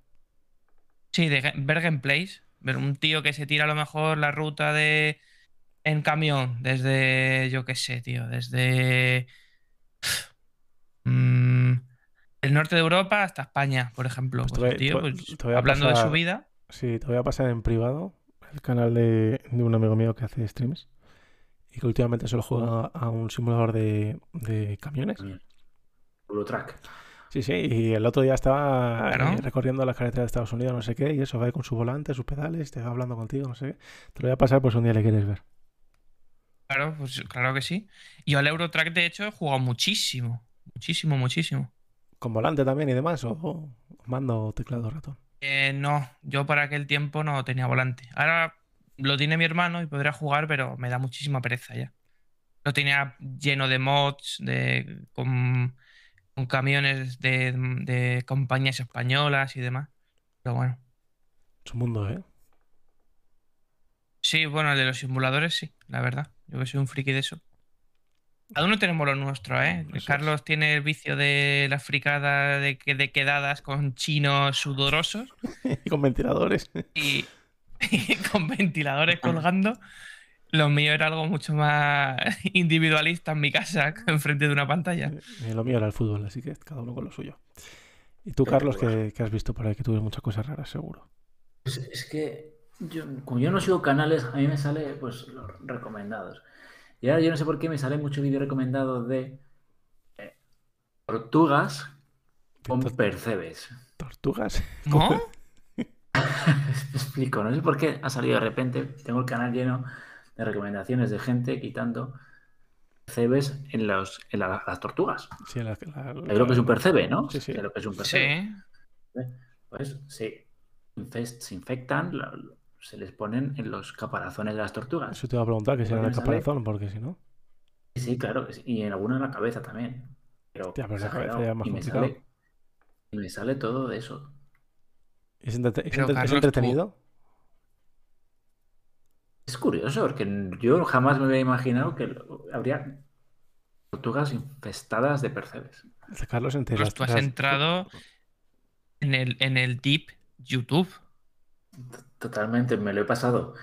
Sí, de ga- ver gameplays. Ver un tío que se tira a lo mejor la ruta de en camión desde, yo qué sé, tío, desde mm, el norte de Europa hasta España, por ejemplo. Pues te Pues el voy- tío, te voy- pues, te voy a hablando de pasar- su vida, Sí, te voy a pasar en privado el canal de, de un amigo mío que hace streams y que últimamente solo juega a un simulador de, de camiones. Eurotrack. Sí, sí, y el otro día estaba eh, Claro. recorriendo las carreteras de Estados Unidos, no sé qué, y eso va ahí con su volante, sus pedales, te va hablando contigo, no sé qué. Te lo voy a pasar por si un día le quieres ver. claro, pues claro que sí. Yo al Eurotrack, de hecho, he jugado muchísimo, muchísimo, muchísimo. ¿Con volante también y demás? ¿O, o mando o teclado o ratón? Eh, no, yo para aquel tiempo no tenía volante. Ahora lo tiene mi hermano y podría jugar, pero me da muchísima pereza ya. Lo tenía lleno de mods, de, con, con camiones de, de compañías españolas y demás. Pero bueno. Su mundo, ¿eh? Sí, bueno, el de los simuladores sí, la verdad. Yo que soy un friki de eso. Cada uno tenemos lo nuestro, ¿eh? Eso es. Carlos tiene el vicio de la fricada de, que- de quedadas con chinos sudorosos. y con ventiladores. y, y con ventiladores colgando. Lo mío era algo mucho más individualista en mi casa, enfrente de una pantalla. Eh, lo mío era el fútbol, así que cada uno con lo suyo. ¿Y tú, Qué Carlos, locura. que, has visto por ahí? Que tú ves muchas cosas raras, seguro. Pues es que yo, como yo no sigo canales, a mí me sale pues los recomendados. Y ahora yo no sé por qué me sale mucho vídeo recomendado de eh, tortugas con Tor- percebes. ¿Tortugas? ¿No? Te explico, no sé por qué ha salido de repente. Tengo el canal lleno de recomendaciones de gente quitando percebes en, los, en la- las tortugas. Sí, la- la- la- Es lo que es un percebe, ¿no? Sí, sí. Es lo que es un percebe. Sí. Pues se, infest- se infectan, la- la- se les ponen en los caparazones de las tortugas. Eso te iba a preguntar, que si era Porque el me sale- caparazón, porque si no... Sí, sí, claro, que sí. y en alguna en la cabeza también. Pero, Tía, pero la exagerado. cabeza ya es más y me complicado. sale, y me sale todo de eso. ¿Es, entrete- es Pero, entre- es Carlos, tú- entretenido? Es curioso, porque yo jamás me hubiera imaginado que lo- habría tortugas infestadas de percebes. Carlos, entre Carlos, las- Pues tú has las- entrado en el, en el deep YouTube. Totalmente, me lo he pasado.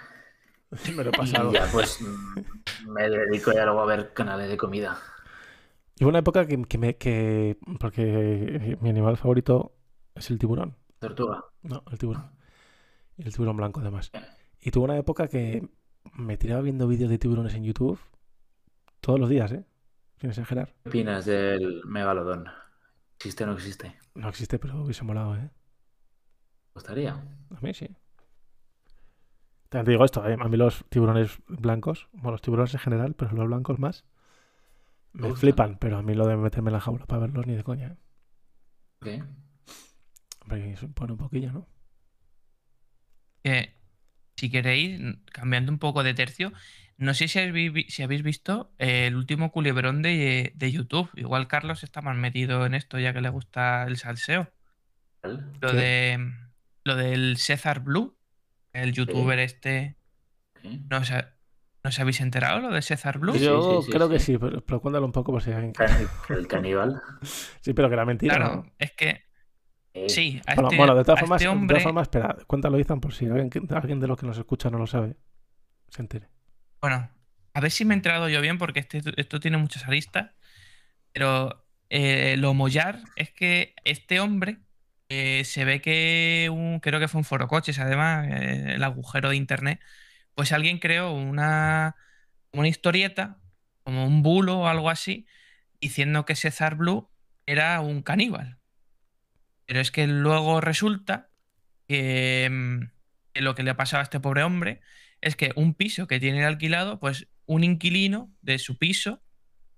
Me lo he pasado. Y ya pues mm, me dedico ya luego a ver canales de comida. Y hubo una época que, que me... Que, porque eh, mi animal favorito es el tiburón. Tortuga. No, el tiburón. Y El tiburón blanco, además. Y tuve una época que me tiraba viendo vídeos de tiburones en YouTube todos los días, ¿eh? Sin exagerar. ¿Qué opinas del megalodón? ¿Existe o no existe? ¿Te No existe, pero hubiese molado, ¿eh? gustaría? A mí sí. También te digo esto, ¿eh? a mí los tiburones blancos, bueno, los tiburones en general, pero los blancos más, Me me gustan. flipan, pero a mí lo de meterme en la jaula para verlos ni de coña. ¿eh? ¿Qué? Hombre, se pone un poquillo, ¿no? que, si queréis, n- cambiando un poco de tercio, no sé si habéis, vi- si habéis visto eh, el último culebrón de, de YouTube. Igual Carlos está más metido en esto ya que le gusta el salseo. ¿Tal? Lo ¿Qué? de lo del César Blue, el youtuber este. ¿Qué? ¿No os, ha- no os habéis enterado lo de César Blue? Sí, Yo sí, sí, creo sí. que sí, pero, pero cuéntalo un poco por si alguien... Can- El caníbal. Sí, pero que era mentira, claro, ¿no? es que Eh, sí, a Bueno, este, bueno, de a todas formas, este de todas hombre, formas, espera, cuéntalo, Izan, por si alguien, que- alguien de los que nos escucha no lo sabe, se entere. bueno, a ver si me he enterado yo bien porque este, esto tiene muchas aristas, pero eh, lo mollar es que este hombre eh, se ve que un, creo que fue un foro coches, además, eh, el agujero de internet, pues alguien creó una, una historieta, como un bulo o algo así, diciendo que César Blue era un caníbal. Pero es que luego resulta que, mm, que lo que le ha pasado a este pobre hombre es que un piso que tiene alquilado, pues un inquilino de su piso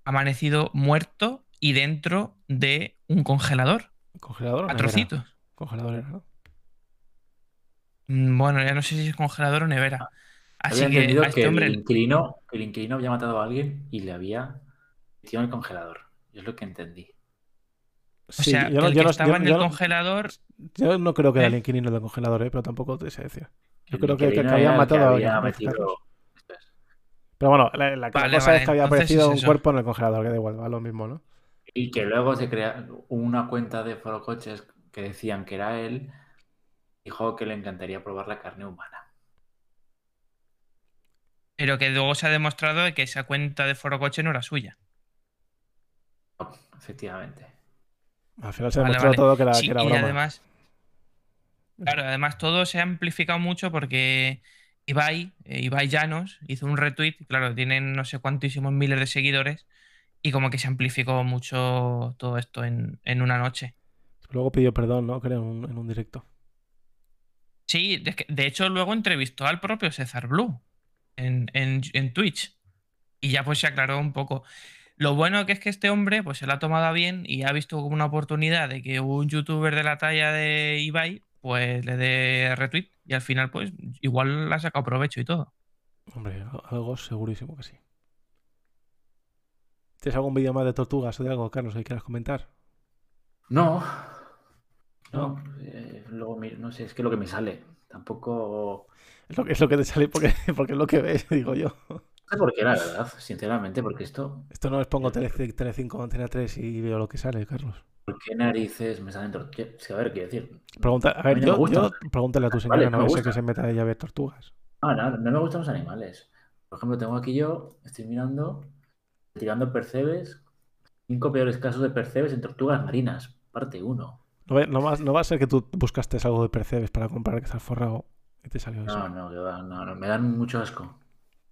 ha amanecido muerto y dentro de un congelador, Ah, ¿Congelador o a nevera? trocitos. Congelador era, ¿no? Mm, Bueno, ya no sé si es congelador o Ah, nevera. Así que había entendido a este que hombre el inquilino, el inquilino había matado a alguien y le había metió en el congelador. Yo es lo que entendí. O sea, yo no- el yo que no- estaba yo- en yo el no- congelador. Yo no creo que ¿Eh? era el inquilino del congelador, ¿eh? pero tampoco te sé decir. Yo El creo que, que, inquilino habían era el matado a alguien. había ¿no? metido- Esto es. Pero bueno, la, la Vale, cosa vale, es que había entonces aparecido es un eso. cuerpo en el congelador, que da igual, va lo mismo, ¿no? Y que luego se crea una cuenta de Foro Coches que decían que era él. Dijo que le encantaría probar la carne humana. Pero que luego se ha demostrado de que esa cuenta de Foro Coche no era suya. Efectivamente. Al final se ha Vale, demostrado vale. todo que era, Sí, que era y broma. además. Claro, además todo se ha amplificado mucho porque Ibai, eh, Ibai Llanos, hizo un retweet. Claro, tienen no sé cuantísimos miles de seguidores. Y como que se amplificó mucho todo esto en, en una noche. Luego pidió perdón, ¿no? Creo, en un, en un directo. Sí, es que- de hecho luego entrevistó al propio César Blue en, en- en Twitch y ya pues se aclaró un poco. Lo bueno que es que este hombre pues se lo ha tomado a bien y ha visto como una oportunidad de que un youtuber de la talla de Ibai pues le dé retweet y al final pues igual le ha sacado provecho y todo. Hombre, algo segurísimo que sí. ¿Tienes algún vídeo más de tortugas o de algo, Carlos, que quieras comentar? No. No. eh, luego, mi- no sé, es que lo que me sale. Tampoco. Es lo, que- es lo que te sale porque, porque es lo que ves, digo yo. No sé por qué, la verdad, sinceramente, porque esto. Esto no les pongo Tele, Tele 5, Antena 3 y veo lo que sale, Carlos. ¿Por qué narices me salen tortillas? Es que, a ver, quiero decir. Pregunta, a ver, mí no yo, me gusta. yo- pregúntale a tu señora, Vale, no no me vaya a ser gusta. que se meta ella a ver tortugas. Ah, no, no me gustan los animales. Por ejemplo, tengo aquí yo, estoy mirando, tirando percebes, cinco peores casos de percebes en tortugas marinas, parte 1. No, va- no va, no va a ser que tú buscaste algo de percebes para comprar que estás forrado y te salió eso. No, no, que va, no, no, me dan mucho asco.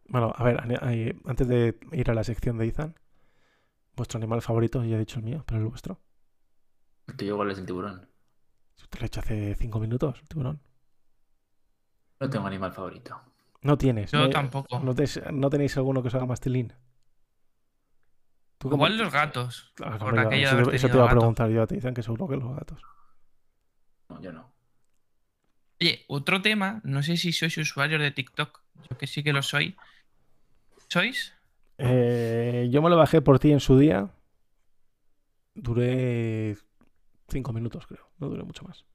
Bueno, a ver, ani- ahí- antes de ir a la sección de Ethan, vuestro animal favorito, ya he dicho el mío, pero el vuestro. El tuyo igual es el tiburón. Te lo he hecho hace cinco minutos, tiburón. No tengo animal favorito. No tienes. Yo no, tampoco. No, tes- no tenéis alguno que os haga más tilín. ¿Tú cómo- Igual los gatos. Ah, por hombre, aquello de eso, haber te- eso te tenido iba a gatos. preguntar yo, te dicen que seguro que los gatos. No, yo no. Oye, otro tema, no sé si sois usuarios de TikTok, yo que sí que lo soy. ¿Sois? Eh, yo me lo bajé por ti en su día. Duré cinco minutos, creo. No duré mucho más.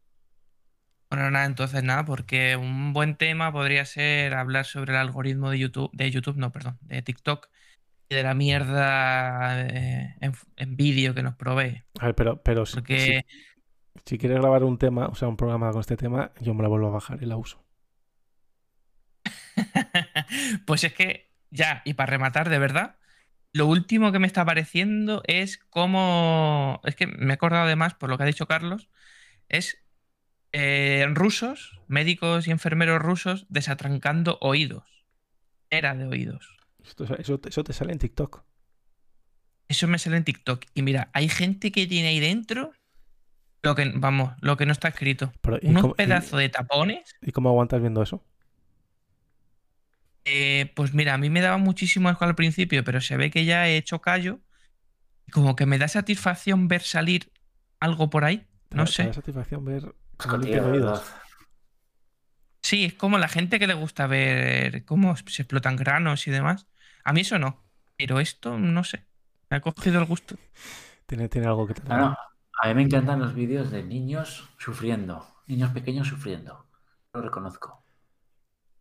Bueno, nada, entonces nada, porque un buen tema podría ser hablar sobre el algoritmo de YouTube, de YouTube, no, perdón, de TikTok y de la mierda eh, en, en vídeo que nos provee. A ver, pero, pero si, Porque si- si quieres grabar un tema, o sea, un programa con este tema, yo me la vuelvo a bajar y la uso. pues es que, ya, y para rematar, de verdad, lo último que me está pareciendo es cómo. Es que me he acordado además, por lo que ha dicho Carlos, es eh, rusos, médicos y enfermeros rusos desatrancando oídos. Era de oídos. Esto- eso, eso te sale en TikTok. Eso me sale en TikTok. Y mira, hay gente que tiene ahí dentro lo que, vamos, lo que no está escrito. Pero, ¿y, Unos cómo, y- pedazos de tapones. y cómo aguantas viendo eso? Eh, pues mira, a mí me daba muchísimo asco al principio, pero se ve que ya he hecho callo. Y Como que me da satisfacción ver salir algo por ahí. Te da- No te da sé. satisfacción ver Asco, limpiar Ah, tío, de oídos. verdad. Sí, es como la gente que le gusta ver cómo se explotan granos y demás. A mí eso no. Pero esto, no sé. Me ha cogido el gusto. Tiene, tiene algo que te No, no, a mí me encantan los vídeos de niños sufriendo, niños pequeños sufriendo. Lo reconozco.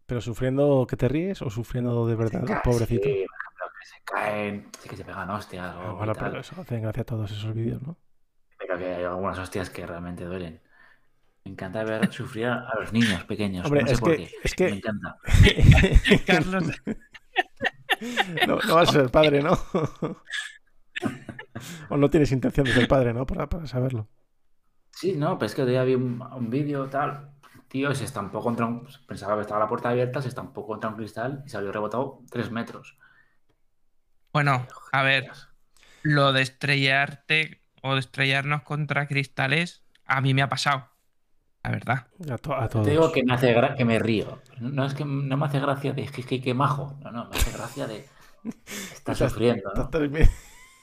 Pero sufriendo que te ríes o sufriendo de verdad, Casi, pobrecito. por ejemplo, que se caen, sí que se pegan hostias Ah, o bueno, y pero tal. eso hacen gracia a todos esos vídeos, ¿no? Pero que hay algunas hostias que realmente duelen. Me encanta ver sufrir a a los niños pequeños. Hombre, no sé es que- por qué. es Me que encanta. Carlos, no, no vas a ser padre, ¿no? o no tienes intención de ser padre, ¿no? Para, para saberlo. Sí, no, pero es que otro día vi un, un vídeo tal. Tío, se estampó contra un. pues, Pensaba que estaba la puerta abierta, se estampó contra un cristal y salió rebotado tres metros. bueno, a ver, lo de estrellarte o de estrellarnos contra cristales, a mí me ha pasado. La verdad. A, to- a todos. Te digo que me hace gra- que me río. No es que no me hace gracia de que, que, que majo. No, no, me hace gracia de. Está Estás- sufriendo, Estás ¿no? termi-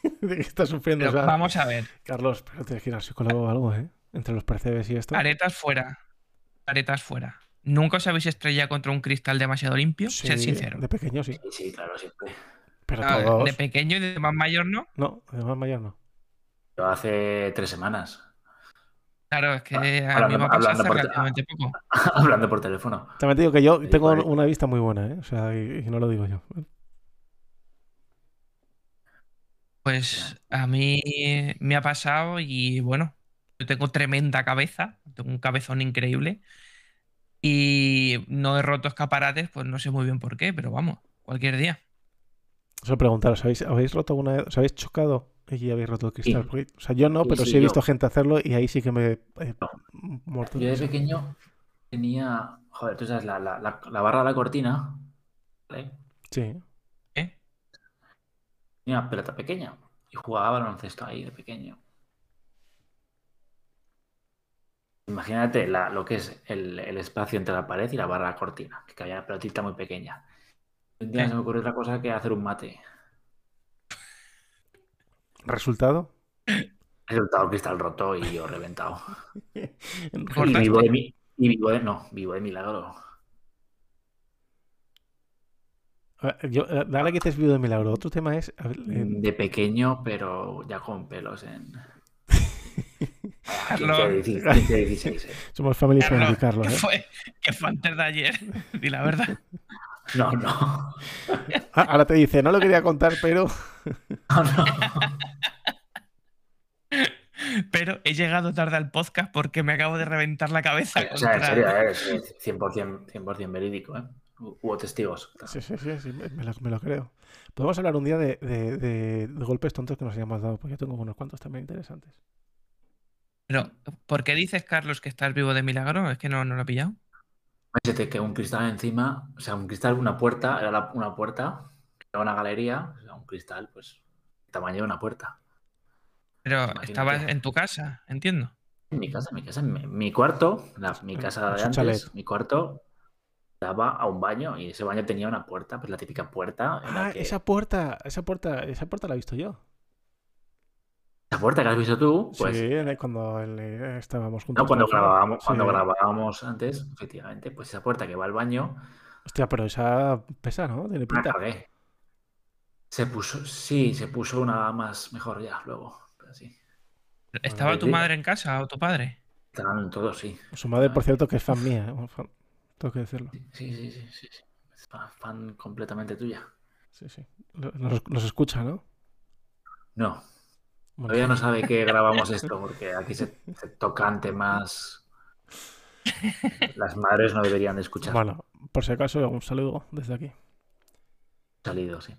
de que estás sufriendo. Pero o sea, vamos a ver. Carlos, pero tienes que ir al psicólogo o algo, ¿eh? Entre los percebes y esto. Aretas fuera. Aretas fuera. ¿Nunca os habéis estrellado contra un cristal demasiado limpio? Sí, Sed sincero. De pequeño, sí. Sí, sí, claro, siempre. Pero Ah, todos. De pequeño y de más mayor no. No, de más mayor no. Lo hace tres semanas. Claro, es que Ah, a mí hablando- me ha pasado hablando hace por- relativamente poco. Hablando por teléfono. También te digo que yo Sí, tengo vale. una vista muy buena, ¿eh? O sea, y, y no lo digo yo. Pues a mí me ha pasado y bueno, yo tengo tremenda cabeza, tengo un cabezón increíble y no he roto escaparates, pues no sé muy bien por qué, pero vamos, cualquier día. Solo preguntaros, ¿habéis, ¿habéis roto alguna vez? ¿Os habéis chocado y habéis roto el cristal? Sí. Porque- o sea, yo no, Sí, pero sí, sí, he yo. visto gente hacerlo y ahí sí que me he eh, No. muerto. de Yo de risa. pequeño tenía, joder, tú sabes, la, la- la- la barra de la cortina, ¿vale? Sí. ¿eh? Tenía una pelota pequeña y jugaba baloncesto ahí de pequeño. Imagínate la- lo que es el, el espacio entre la pared y la barra de la cortina, que había una pelotita muy pequeña. Un día Sí. se me ocurrió otra cosa que hacer un mate. ¿Resultado? Resultado cristal roto y yo reventado. Y ¿Cortaste? vivo de mi, y vivo de, no, vivo de milagro. A ver, Yo, eh, dale que te vivo de milagro. Otro tema es. a ver, eh, De pequeño, pero ya con pelos en... Ah, Carlos. 15, 15, 16, eh. somos family Carlos, friendly, Carlos. ¿Qué ¿eh? fue? ¿Qué fue antes de ayer? Di la verdad. No, no. Ah, ahora te dice, no lo quería contar, pero. No, no. Pero he llegado tarde al podcast porque me acabo de reventar la cabeza. O sea, en contra- serio, eh, es 100%, 100% verídico, ¿eh? Hu- Hubo testigos. Sí, sí, sí, sí, me, me lo, me lo creo. Podemos hablar un día de, de- de- de golpes tontos que nos hayamos dado, porque yo tengo unos cuantos también interesantes. Pero, ¿por qué dices, Carlos, que estás vivo de milagro? Es que no, no lo he pillado. Se te quedó un cristal encima, o sea, un cristal, una puerta, era la- una puerta, era una galería, o sea, un cristal, pues, tamaño de una puerta. Pero Imagínate. estabas en tu casa, entiendo. En mi casa, en mi casa, en mi, mi cuarto, la- mi casa Es de un antes, chalet. mi cuarto daba a un baño y ese baño tenía una puerta, pues la típica puerta. en la Ah, que- esa puerta, esa puerta, esa puerta la he visto yo. esa puerta que has visto tú, pues, sí, en el- cuando el- eh, estábamos juntos. no, cuando trabajando. grabábamos, cuando Sí. grabábamos antes, efectivamente, pues esa puerta que va al baño, Hostia, pero esa pesa, ¿no? Tiene la pinta. cagué. Ah, Se puso, sí, se puso una más mejor ya luego, pero sí. ¿Estaba tu sí. madre en casa o tu padre? Estaban todos, sí. Su madre, por cierto, que es fan mía. ¿eh? Bueno, fan- Tengo que decirlo. Sí, sí, sí, sí, sí, sí. Es fa- Fan completamente tuya. Sí, sí. Lo- Nos, nos escucha, ¿no? No, Bueno, todavía no sabe que grabamos esto porque aquí se, se tocan temas. Las madres no deberían de escuchar. bueno, por si acaso, un saludo desde aquí. Salido, sí.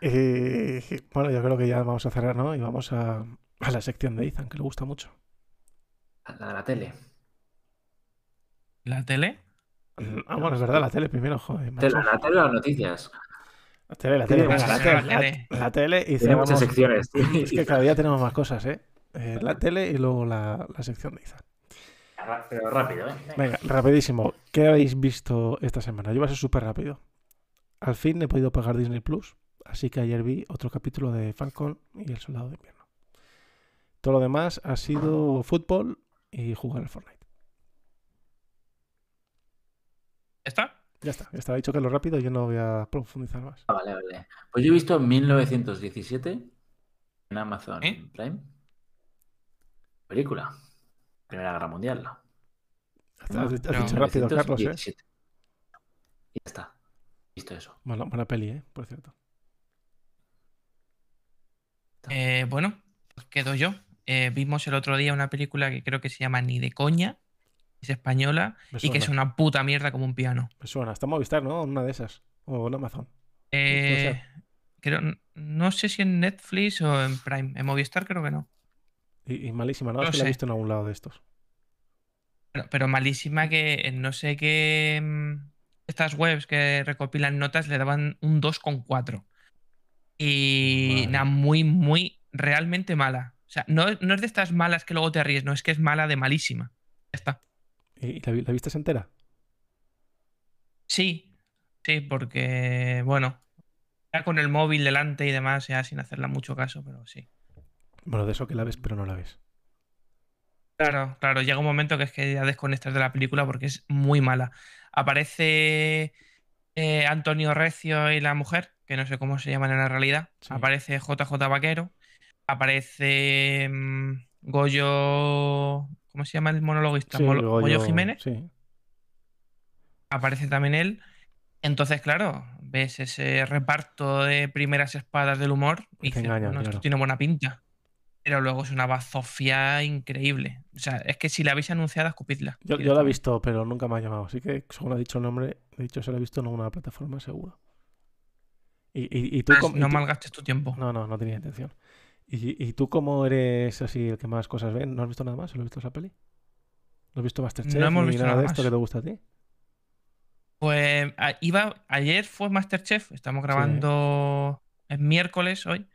Eh, bueno, yo creo que ya vamos a cerrar, ¿no? Y vamos a, a la sección de Ethan, que le gusta mucho. La de la tele. ¿La tele? Mm, Ah, bueno, es verdad, la tele primero, joder. macho. Tele- la tele o las noticias. La tele, la tele, Tenemos venga, la que tele, hacer la tele. la- la tele y Tiene muchas cerramos. secciones. Es que cada día tenemos más cosas, ¿eh? Eh, la tele y luego la, la sección de Izan. Ra- Pero rápido, ¿eh? Venga, rapidísimo. ¿Qué habéis visto esta semana? Yo va a ser súper rápido. Al fin he podido pagar Disney Plus, así que ayer vi otro capítulo de Falcon y el Soldado de Invierno. Todo lo demás ha sido fútbol y jugar al Fortnite. ¿Está? Ya está, ya está. He dicho que es lo rápido, yo no voy a profundizar más. Ah, vale, vale. Pues yo he visto 1917 en Amazon ¿Eh? Prime. Película. Primera Guerra Mundial. ¿no? Has- Has, dicho- has no, dicho rápido, Carlos, ¿eh? 1917. Y ya está. Listo eso. Bueno, buena peli, ¿eh? Por cierto. Eh, bueno, pues quedo yo. Eh, vimos el otro día una película que creo que se llama Ni de coña, es española Me y que es suena. una puta mierda como un piano. Me suena. Está en Movistar, ¿no? Una de esas. O en Amazon. Eh, ser. creo, no sé si en Netflix o en Prime, en Movistar creo que no. Y, y malísima, ¿no? No es que la he sé. visto en algún lado de estos. Pero, pero malísima que en no sé qué... mm, Estas webs que recopilan notas le daban un 2,4. Y Madre. nada, muy, muy, realmente mala. O sea, no, no es de estas malas que luego te ríes, no, es que es mala de malísima. Ya está. ¿Y, y la, vi- la viste entera? Sí, sí, porque, bueno, ya con el móvil delante y demás, ya sin hacerla mucho caso, pero sí. Bueno, de eso que la ves, pero no la ves. Claro, claro, llega un momento que es que ya desconectas de la película porque es muy mala. Aparece eh, Antonio Recio y la mujer, que no sé cómo se llaman en la realidad. Sí. Aparece JJ Vaquero, aparece mm, Goyo. ¿Cómo se llama el monologuista? Sí, Molo- luego Goyo yo- Jiménez. Sí, aparece también él. Entonces, claro, ves ese reparto de primeras espadas del humor y Pues Te dices, engañan, bueno, claro. esto tiene buena pinta. Pero luego es una bazofia increíble. O sea, es que si la habéis anunciado, escupidla. yo, yo la he visto, pero nunca me ha llamado. Así que, según ha dicho el nombre, de hecho, se la he visto en alguna plataforma seguro. Y, y- y tú, com- y Ah, No tú- malgastes tu tiempo. No, no, no tenía intención. ¿Y, y tú cómo eres así el que más cosas ves? ¿No has visto nada más? ¿Solo has visto esa peli? ¿No has visto Masterchef? No hemos ni visto nada, nada de esto más. que te gusta a ti? Pues a- iba, ayer fue Masterchef, estamos grabando es miércoles hoy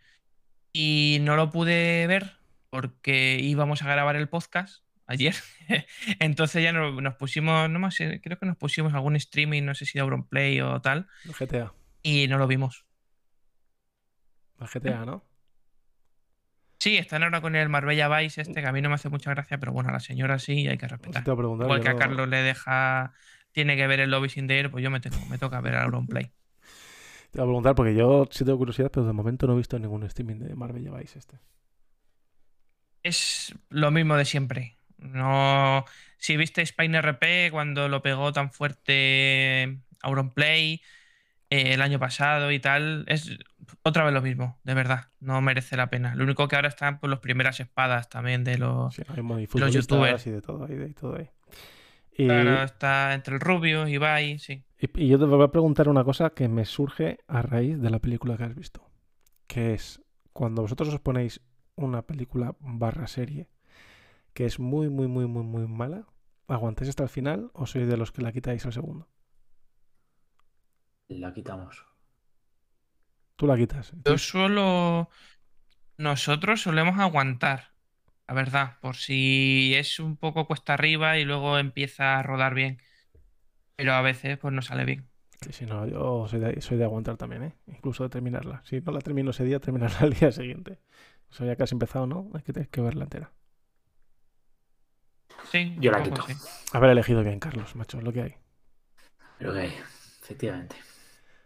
y no lo pude ver porque íbamos a grabar el podcast ayer. Entonces ya no- nos pusimos, no más, sé, creo que nos pusimos algún streaming, no sé si de Auronplay o tal, El GTA. y no lo vimos. El Eh, GTA, ¿no? Sí, están ahora con el Marbella Vice este, que a mí no me hace mucha gracia, pero bueno, a la señora sí y hay que No sé si respetar. te voy a preguntar. Igual yo que a no- Carlos le deja, tiene que ver el Lobby Sin Dare, pues yo me, tengo- me toca ver a Auronplay. Te voy a preguntar porque yo sí tengo curiosidad, pero de momento no he visto ningún streaming de Marbella Vice este. Es lo mismo de siempre. No. Si viste Spine RP cuando lo pegó tan fuerte Auronplay eh, el año pasado y tal, es otra vez lo mismo, de verdad. No merece la pena. Lo único que ahora están pues, las primeras espadas también de los. Sí, hay muy futbolistas youtubers. y de todo ahí, de todo ahí. Y, Claro, está entre el Rubio, Ibai, sí. y- y yo te voy a preguntar una cosa que me surge a raíz de la película que has visto. Que es, cuando vosotros os ponéis una película barra serie que es muy, muy, muy, muy, muy mala, ¿aguantáis hasta el final o sois de los que la quitáis al segundo? La quitamos. Tú la quitas. Yo suelo. Nosotros solemos aguantar, la verdad, por si es un poco cuesta arriba y luego empieza a rodar bien. Pero a veces pues no sale bien. Sí, sí, no, yo soy de, soy de aguantar también, ¿eh? Incluso de terminarla. Si no la termino ese día, terminarla al día siguiente. Eso ya que has empezado, ¿no? Hay que, hay que verla entera. Sí, Yo un la poco quito. sí. Haber elegido bien, Carlos, macho, es lo que hay. Pero que, efectivamente.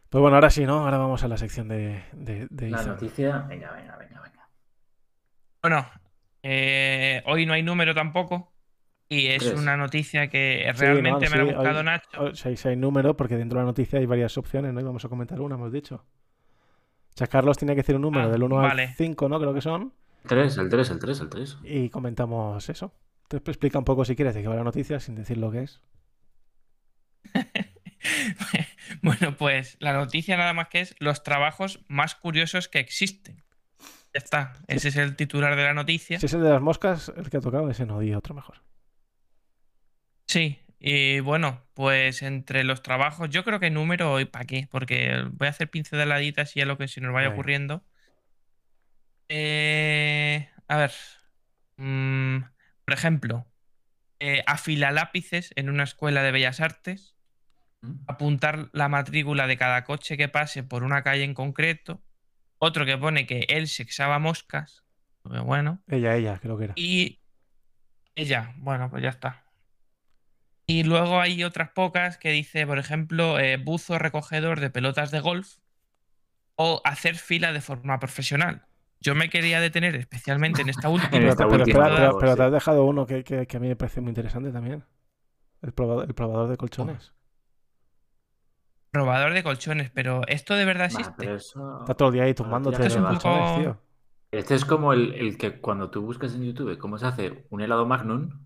Pues bueno, ahora sí, ¿no? Ahora vamos a la sección de, de, de La Izan. noticia. Venga, venga, venga, venga. Bueno, eh, hoy no hay número tampoco. Y es Tres. una noticia que Sí, realmente no, me la ha sí, hoy- buscado Nacho. O sea, Oh, si hay número, porque dentro de la noticia hay varias opciones, ¿no? Y vamos a comentar una, hemos dicho. O sea, Carlos tiene que decir un número Ah, del 1 al vale. 5, ¿no? Creo que son. El 3, el 3, el 3, el 3. Y comentamos eso. Te explica un poco, si quieres, de qué va la noticia sin decir lo que es. Bueno, pues la noticia nada más que es los trabajos más curiosos que existen. Ya está, ese es el titular de la noticia. Si es el de las moscas, el que ha tocado, ese no, di otro mejor. Sí, y bueno, pues entre los trabajos, yo creo que número hoy para qué, porque voy a hacer pinceladitas y a lo que se nos vaya Venga. ocurriendo. Eh, a ver, mm, por ejemplo, eh, afilar lápices en una escuela de bellas artes, ¿Mm? apuntar la matrícula de cada coche que pase por una calle en concreto, otro que pone que él sexaba moscas, pero bueno. Ella, ella, creo que era. Y ella, bueno, pues ya está. Y luego hay otras pocas que dice, por ejemplo, eh, buzo recogedor de pelotas de golf o hacer fila de forma profesional. Yo me quería detener especialmente en esta última, En Pero, esta pero última, espera, pero- claro, pero sí. te has dejado uno que, que- que a mí me parece muy interesante también. El probador, el probador de colchones. probador de colchones, pero esto de verdad Nah, existe. pero eso- Está todo el día ahí Bueno, tumbándote tira los que es un colchones, poco- tío. Este es como el, el que cuando tú buscas en YouTube cómo se hace un helado Magnum,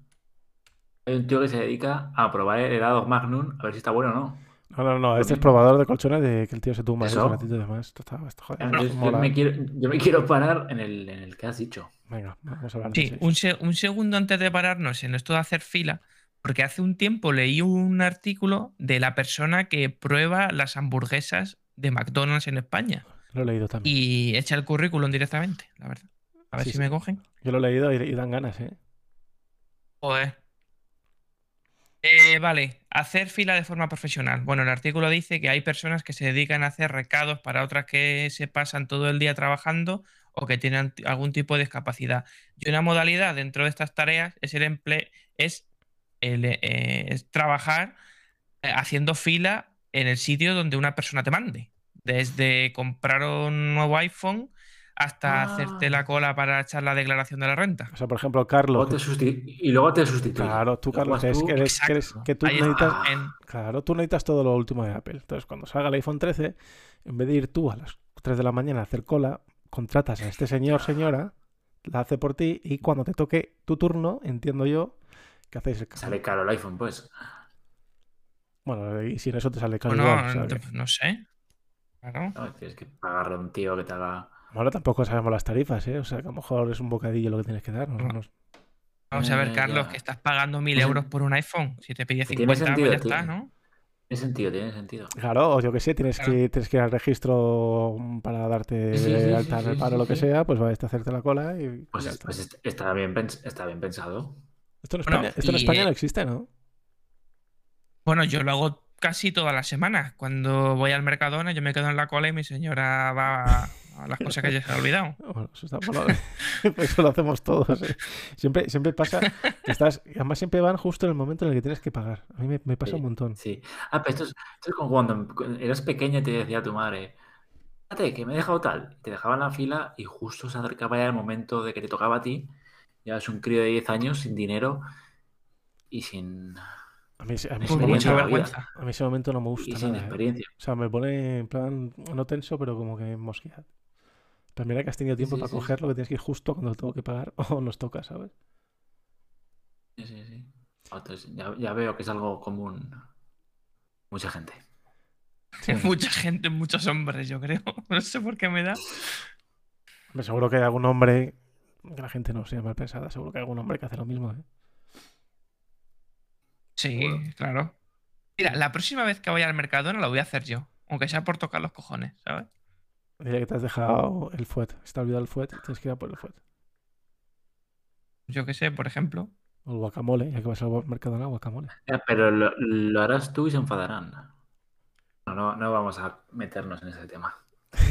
hay un tío que se dedica a probar el helado Magnum a ver si está bueno o no. No, no, no, Lo este es mismo. probador de colchones de que el tío se tumba ahí Eso. un ratito y demás. Esto está, esto, joder, Entonces, yo, mola. me quiero, yo me quiero parar en el, en el que has dicho. Venga, vamos a hablar de Sí, eso. un, se- un segundo antes de pararnos en esto de hacer fila, porque hace un tiempo leí un artículo de la persona que prueba las hamburguesas de McDonald's en España Lo he leído también. y echa el currículum directamente, la verdad. A ver Sí, si sí. me cogen. Yo lo he leído y, y dan ganas, ¿eh? Joder. Eh, vale, hacer fila de forma profesional. Bueno, el artículo dice que hay personas que se dedican a hacer recados para otras que se pasan todo el día trabajando o que tienen t- algún tipo de discapacidad. Y una modalidad dentro de estas tareas es el empleo, es, el, eh, es trabajar eh, haciendo fila en el sitio donde una persona te mande. Desde comprar un nuevo iPhone hasta Ah. hacerte la cola para echar la declaración de la renta. O sea, por ejemplo, Luego Carlos. te susti- y luego te sustituyen. Claro, tú, Lo Carlos, que, es- juegas tú. que eres- que eres- Exacto. que tú Ahí necesitas. está, en- Claro, tú necesitas todo lo último de Apple. Entonces, cuando salga el iPhone 13, en vez de ir tú a las 3 de la mañana a hacer cola, contratas a este señor, señora, la hace por ti y cuando te toque tu turno, entiendo yo, que hacéis el cambio. Sale caro el iPhone, pues. Bueno, y sin eso te sale caro Bueno, igual, o sea que- ent- no sé. Claro. No, Tienes que pagarle a un tío que te haga. Ahora tampoco sabemos las tarifas, ¿eh? O sea, que a lo mejor es un bocadillo lo que tienes que dar. ¿no? Ah. No- Vamos a Eh, ver, Carlos, ya. que estás pagando mil Pues en- euros por un iPhone. Si te pide Tiene 50, sentido, pues ya está, tiene. ¿no? Tiene sentido, tiene sentido. Claro, o yo que sé, tienes, Claro. que, tienes que ir al registro mm, para darte Sí, sí, sí, alta sí, en el sí, paro o sí, lo que sí. sea, pues va a hacerte la cola y. Pues, ya es- está. pues est- está, bien pens- está bien pensado. esto en España, Bueno, esto en y, España eh, no existe, ¿no? Bueno, yo lo hago casi todas las semanas. Cuando voy al Mercadona, yo me quedo en la cola y mi señora va a- a las cosas que ya se ha olvidado. Bueno, eso, está- bueno, eso lo hacemos todos. ¿eh? Siempre, siempre pasa que estás. Además, siempre van justo en el momento en el que tienes que pagar. A mí me, me pasa un montón. Sí. Ah, pero esto es, esto es como cuando eras pequeña y te decía tu madre, fíjate que me he dejado tal. Te dejaba en la fila y justo se acercaba ya el momento de que te tocaba a ti. Ya es un crío de 10 años sin dinero y sin, A mí, ese- a mí Pues ese Experiencia con momento, mucha de la vida. vergüenza. a mí ese momento no me y gusta sin nada. ¿eh? experiencia. O sea, me pone en plan, no tenso, pero como que mosqueado. Pero mira que has tenido tiempo sí, para sí, sí. cogerlo, que tienes que ir justo cuando tengo que pagar o nos toca, ¿sabes? Sí, sí, sí. Ah, Entonces, ya, ya veo que es algo común. Mucha gente. Mucha gente, muchos hombres, yo creo. No sé por qué me da. Hombre, seguro que hay algún hombre, que la gente no sea mal pensada, seguro que hay algún hombre que hace lo mismo, ¿eh? Sí, Seguro. claro. Mira, la próxima vez que vaya al Mercadona lo voy a hacer yo. Aunque sea por tocar los cojones, ¿sabes? Diría que te has dejado el fuet, se te ha olvidado el fuet, tienes que ir a por el fuet. Yo qué sé, por ejemplo. O el guacamole, ya que vas al mercado guacamole. Ya, Pero lo, lo harás tú y se enfadarán. No, no, no vamos a meternos en ese tema.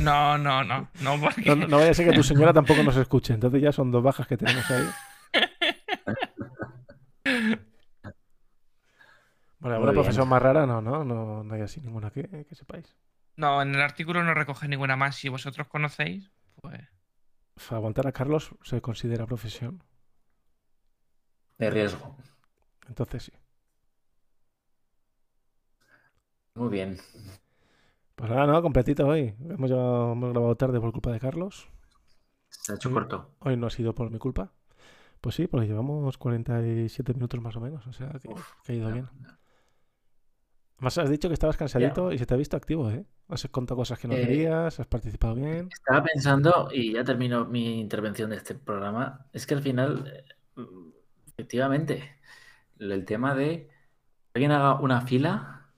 No, no, no. No, porque... No, no- no vaya a ser que tu señora tampoco nos escuche, entonces ya son dos bajas que tenemos ahí. Bueno, alguna Muy bien. profesión más rara no, no, no, no hay así ninguna que, que sepáis. no, en el artículo no recoge ninguna más. Si vosotros conocéis, pues. O sea, aguantar a Carlos se considera profesión, De riesgo. entonces sí. Muy bien. Pues nada, no, completito hoy. Hemos, llevado- hemos grabado tarde por culpa de Carlos. Se ha hecho Mm. corto. Hoy no ha sido por mi culpa. Pues sí, porque llevamos 47 minutos más o menos, o sea que, Uf, que ha ido No, bien. no. Más has dicho que estabas cansadito y se te ha visto activo, ¿eh? Has contado cosas que no Eh, querías, has participado bien. Estaba pensando, y ya termino mi intervención de este programa, es que al final, eh, efectivamente, el tema de que alguien haga una fila,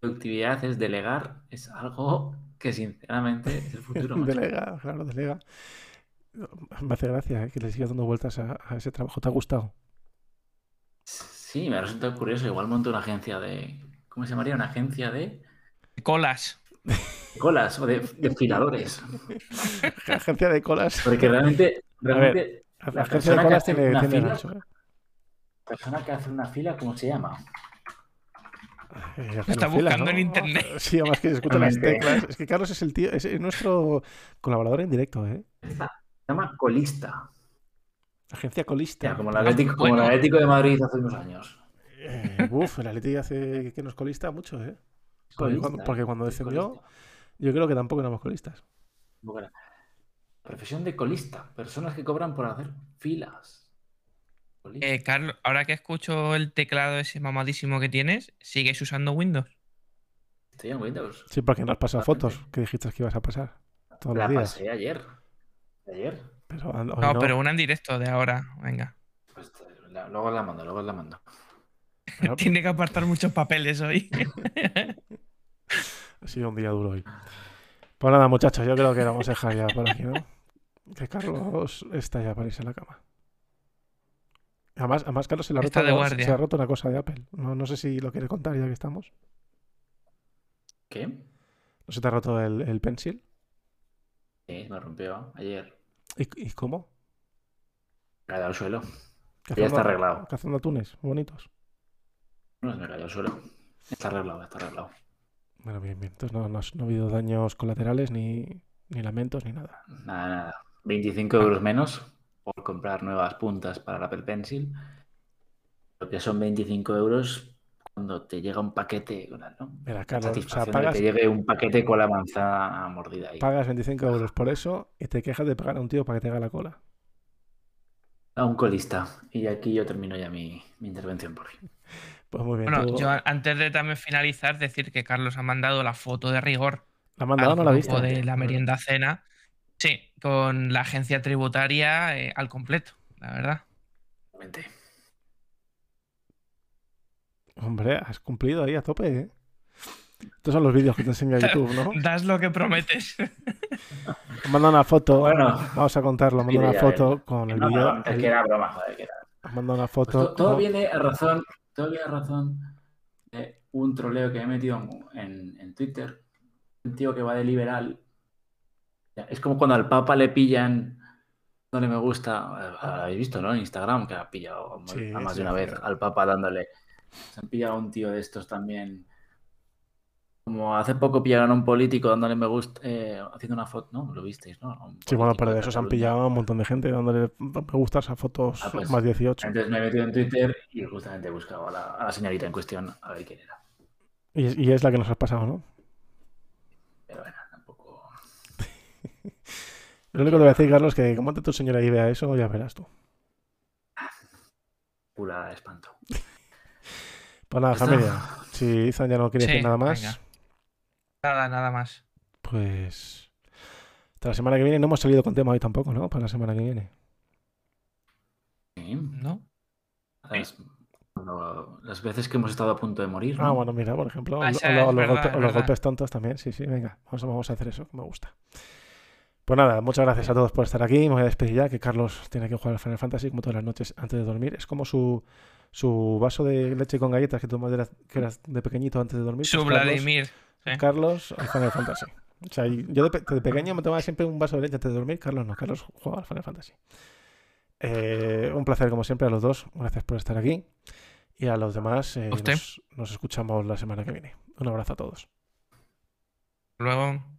productividad es delegar, es algo que sinceramente es el futuro. macho. Delega, claro, delega. Me hace gracia ¿eh? que le sigas dando vueltas a, a ese trabajo. ¿Te ha gustado? Sí, me resulta curioso. Igual monto una agencia de. ¿Cómo se llamaría? Una agencia de Colas. colas o de, de filadores. Agencia de colas. Porque realmente, realmente La la agencia de persona que colas hace tiene, una tiene fila- gancho, ¿eh? la persona que hace una fila, ¿cómo se llama? Eh, hacer Está la fila, buscando ¿no? en internet. Sí, además que se escuchan las Exactamente. teclas. Es que Carlos es el tío, es es nuestro colaborador en directo, ¿eh? Se llama colista. Agencia O sea, colista. como el Atlético, como bueno. el Atlético de Madrid hace unos años. Eh, uf, el Atleti hace que nos colista mucho, ¿eh? Porque Colista, cuando, porque cuando es descendió, colista. yo creo que tampoco éramos colistas. Bueno, profesión de colista. Personas que cobran por hacer filas. Colista. Eh, Carlos, ahora que escucho el teclado ese mamadísimo que tienes, ¿sigues usando Windows? Estoy en Windows. Sí, porque nos pasado Totalmente. fotos que dijiste que ibas a pasar todos La los días. pasé ayer. Ayer. Pero an- hoy No, no. pero una en directo de ahora. Venga. Pues, te- la- luego la mando, luego la mando. Pero Tiene que apartar muchos papeles hoy. ha sido un día duro hoy. Pues nada, muchachos, yo creo que lo vamos a dejar ya por aquí, ¿no? Que Carlos está ya para irse a la cama. Además, además Carlos se le ha roto, Está de se- guardia. se ha roto una cosa de Apple. No, no sé si lo quiere contar ya que estamos. ¿Qué? ¿No se te ha roto el, el pencil? Sí, me rompió ayer. ¿Y, y cómo? Me cayó al suelo. Cazando- Ya está arreglado. Cazando atunes, bonitos. No, me cayó al suelo. Está arreglado, está arreglado. Bueno, bien, bien. Entonces no, no, has- no ha habido daños colaterales, ni, ni lamentos, ni nada. Nada, nada. 25 euros menos por comprar nuevas puntas para el Apple Pencil. Lo que son 25 euros cuando te llega un paquete. ¿no? La Mira, claro, o sea, satisfacción de pagas, que te llegue Ah. un paquete con la manzana mordida ahí. pagas 25 euros por eso y te quejas de pagar a un tío para que te haga la cola. A un colista. Y aquí yo termino ya mi, mi intervención por hoy. Pues muy bien. Bueno, tú- yo a- antes de también finalizar, decir que Carlos ha mandado la foto de rigor ¿La has mandado o al no la grupo viste? de la merienda cena. Sí, con la agencia tributaria eh, al completo, la verdad. Realmente. Hombre, has cumplido ahí a tope, ¿eh? Estos son los vídeos que te enseña YouTube, ¿no? Das lo que prometes. Manda una foto. Bueno. vamos a contarlo. Manda una Sí, ya foto con el No, vídeo. no, es que era broma, joder, que era- Manda una Pues to- foto. todo, con- viene a razón, todo viene a razón de un troleo que he metido en, en Twitter. Un tío que va de liberal. Ya, Es como cuando al Papa le pillan, no le me gusta. eh, Lo habéis visto, ¿no? En Instagram, que ha pillado a mu- Sí, a más sí, de una sí. vez al Papa dándole. Se han pillado a un tío de estos también. Como hace poco pillaron a un político dándole me gusta, eh, haciendo una foto, ¿no? Lo visteis, ¿no? A un Sí, bueno, político pero de de esos han Cataluña. pillado a un montón de gente dándole me gustas a fotos Ah, pues. más 18. Entonces me he metido en Twitter y justamente he buscado a la, a la señorita en cuestión a ver quién era. Y, y es la que nos has pasado, ¿no? Pero bueno, tampoco. Lo único que te voy a decir, Carlos, que como antes tu señora y vea eso, ya verás tú. Pura espanto. Pues nada, Está- familia. Si Izan ya no quiere Sí, decir nada más, venga. Nada, nada más. pues. Hasta la semana que viene no hemos salido con tema hoy tampoco, ¿no? Para la semana que viene. Sí. ¿No? Las, cuando- las veces que hemos estado a punto de morir. Ah, ¿no? bueno, mira, por ejemplo, o, Ah, lo- esa o lo- es o los, verdad, golpe- es o los verdad. golpes tontos también, sí, sí, venga, vamos, a- vamos a hacer eso, que me gusta. Pues nada, muchas gracias a todos por estar aquí, me voy a despedir ya, que Carlos tiene que jugar al Final Fantasy como todas las noches antes de dormir, es como su, su vaso de leche con galletas que tomas de, las- que eras de pequeñito antes de dormir. Su pues Carlos- Vladimir. sí. Carlos al Final Fantasy. O sea, yo de, pe- de pequeño me tomaba siempre un vaso de leche antes de dormir. Carlos no, Carlos jugaba al Final Fantasy. Eh, un placer, como siempre, a los dos. Gracias por estar aquí. Y a los demás, eh, A usted. nos, nos escuchamos la semana que viene. Un abrazo a todos. Luego.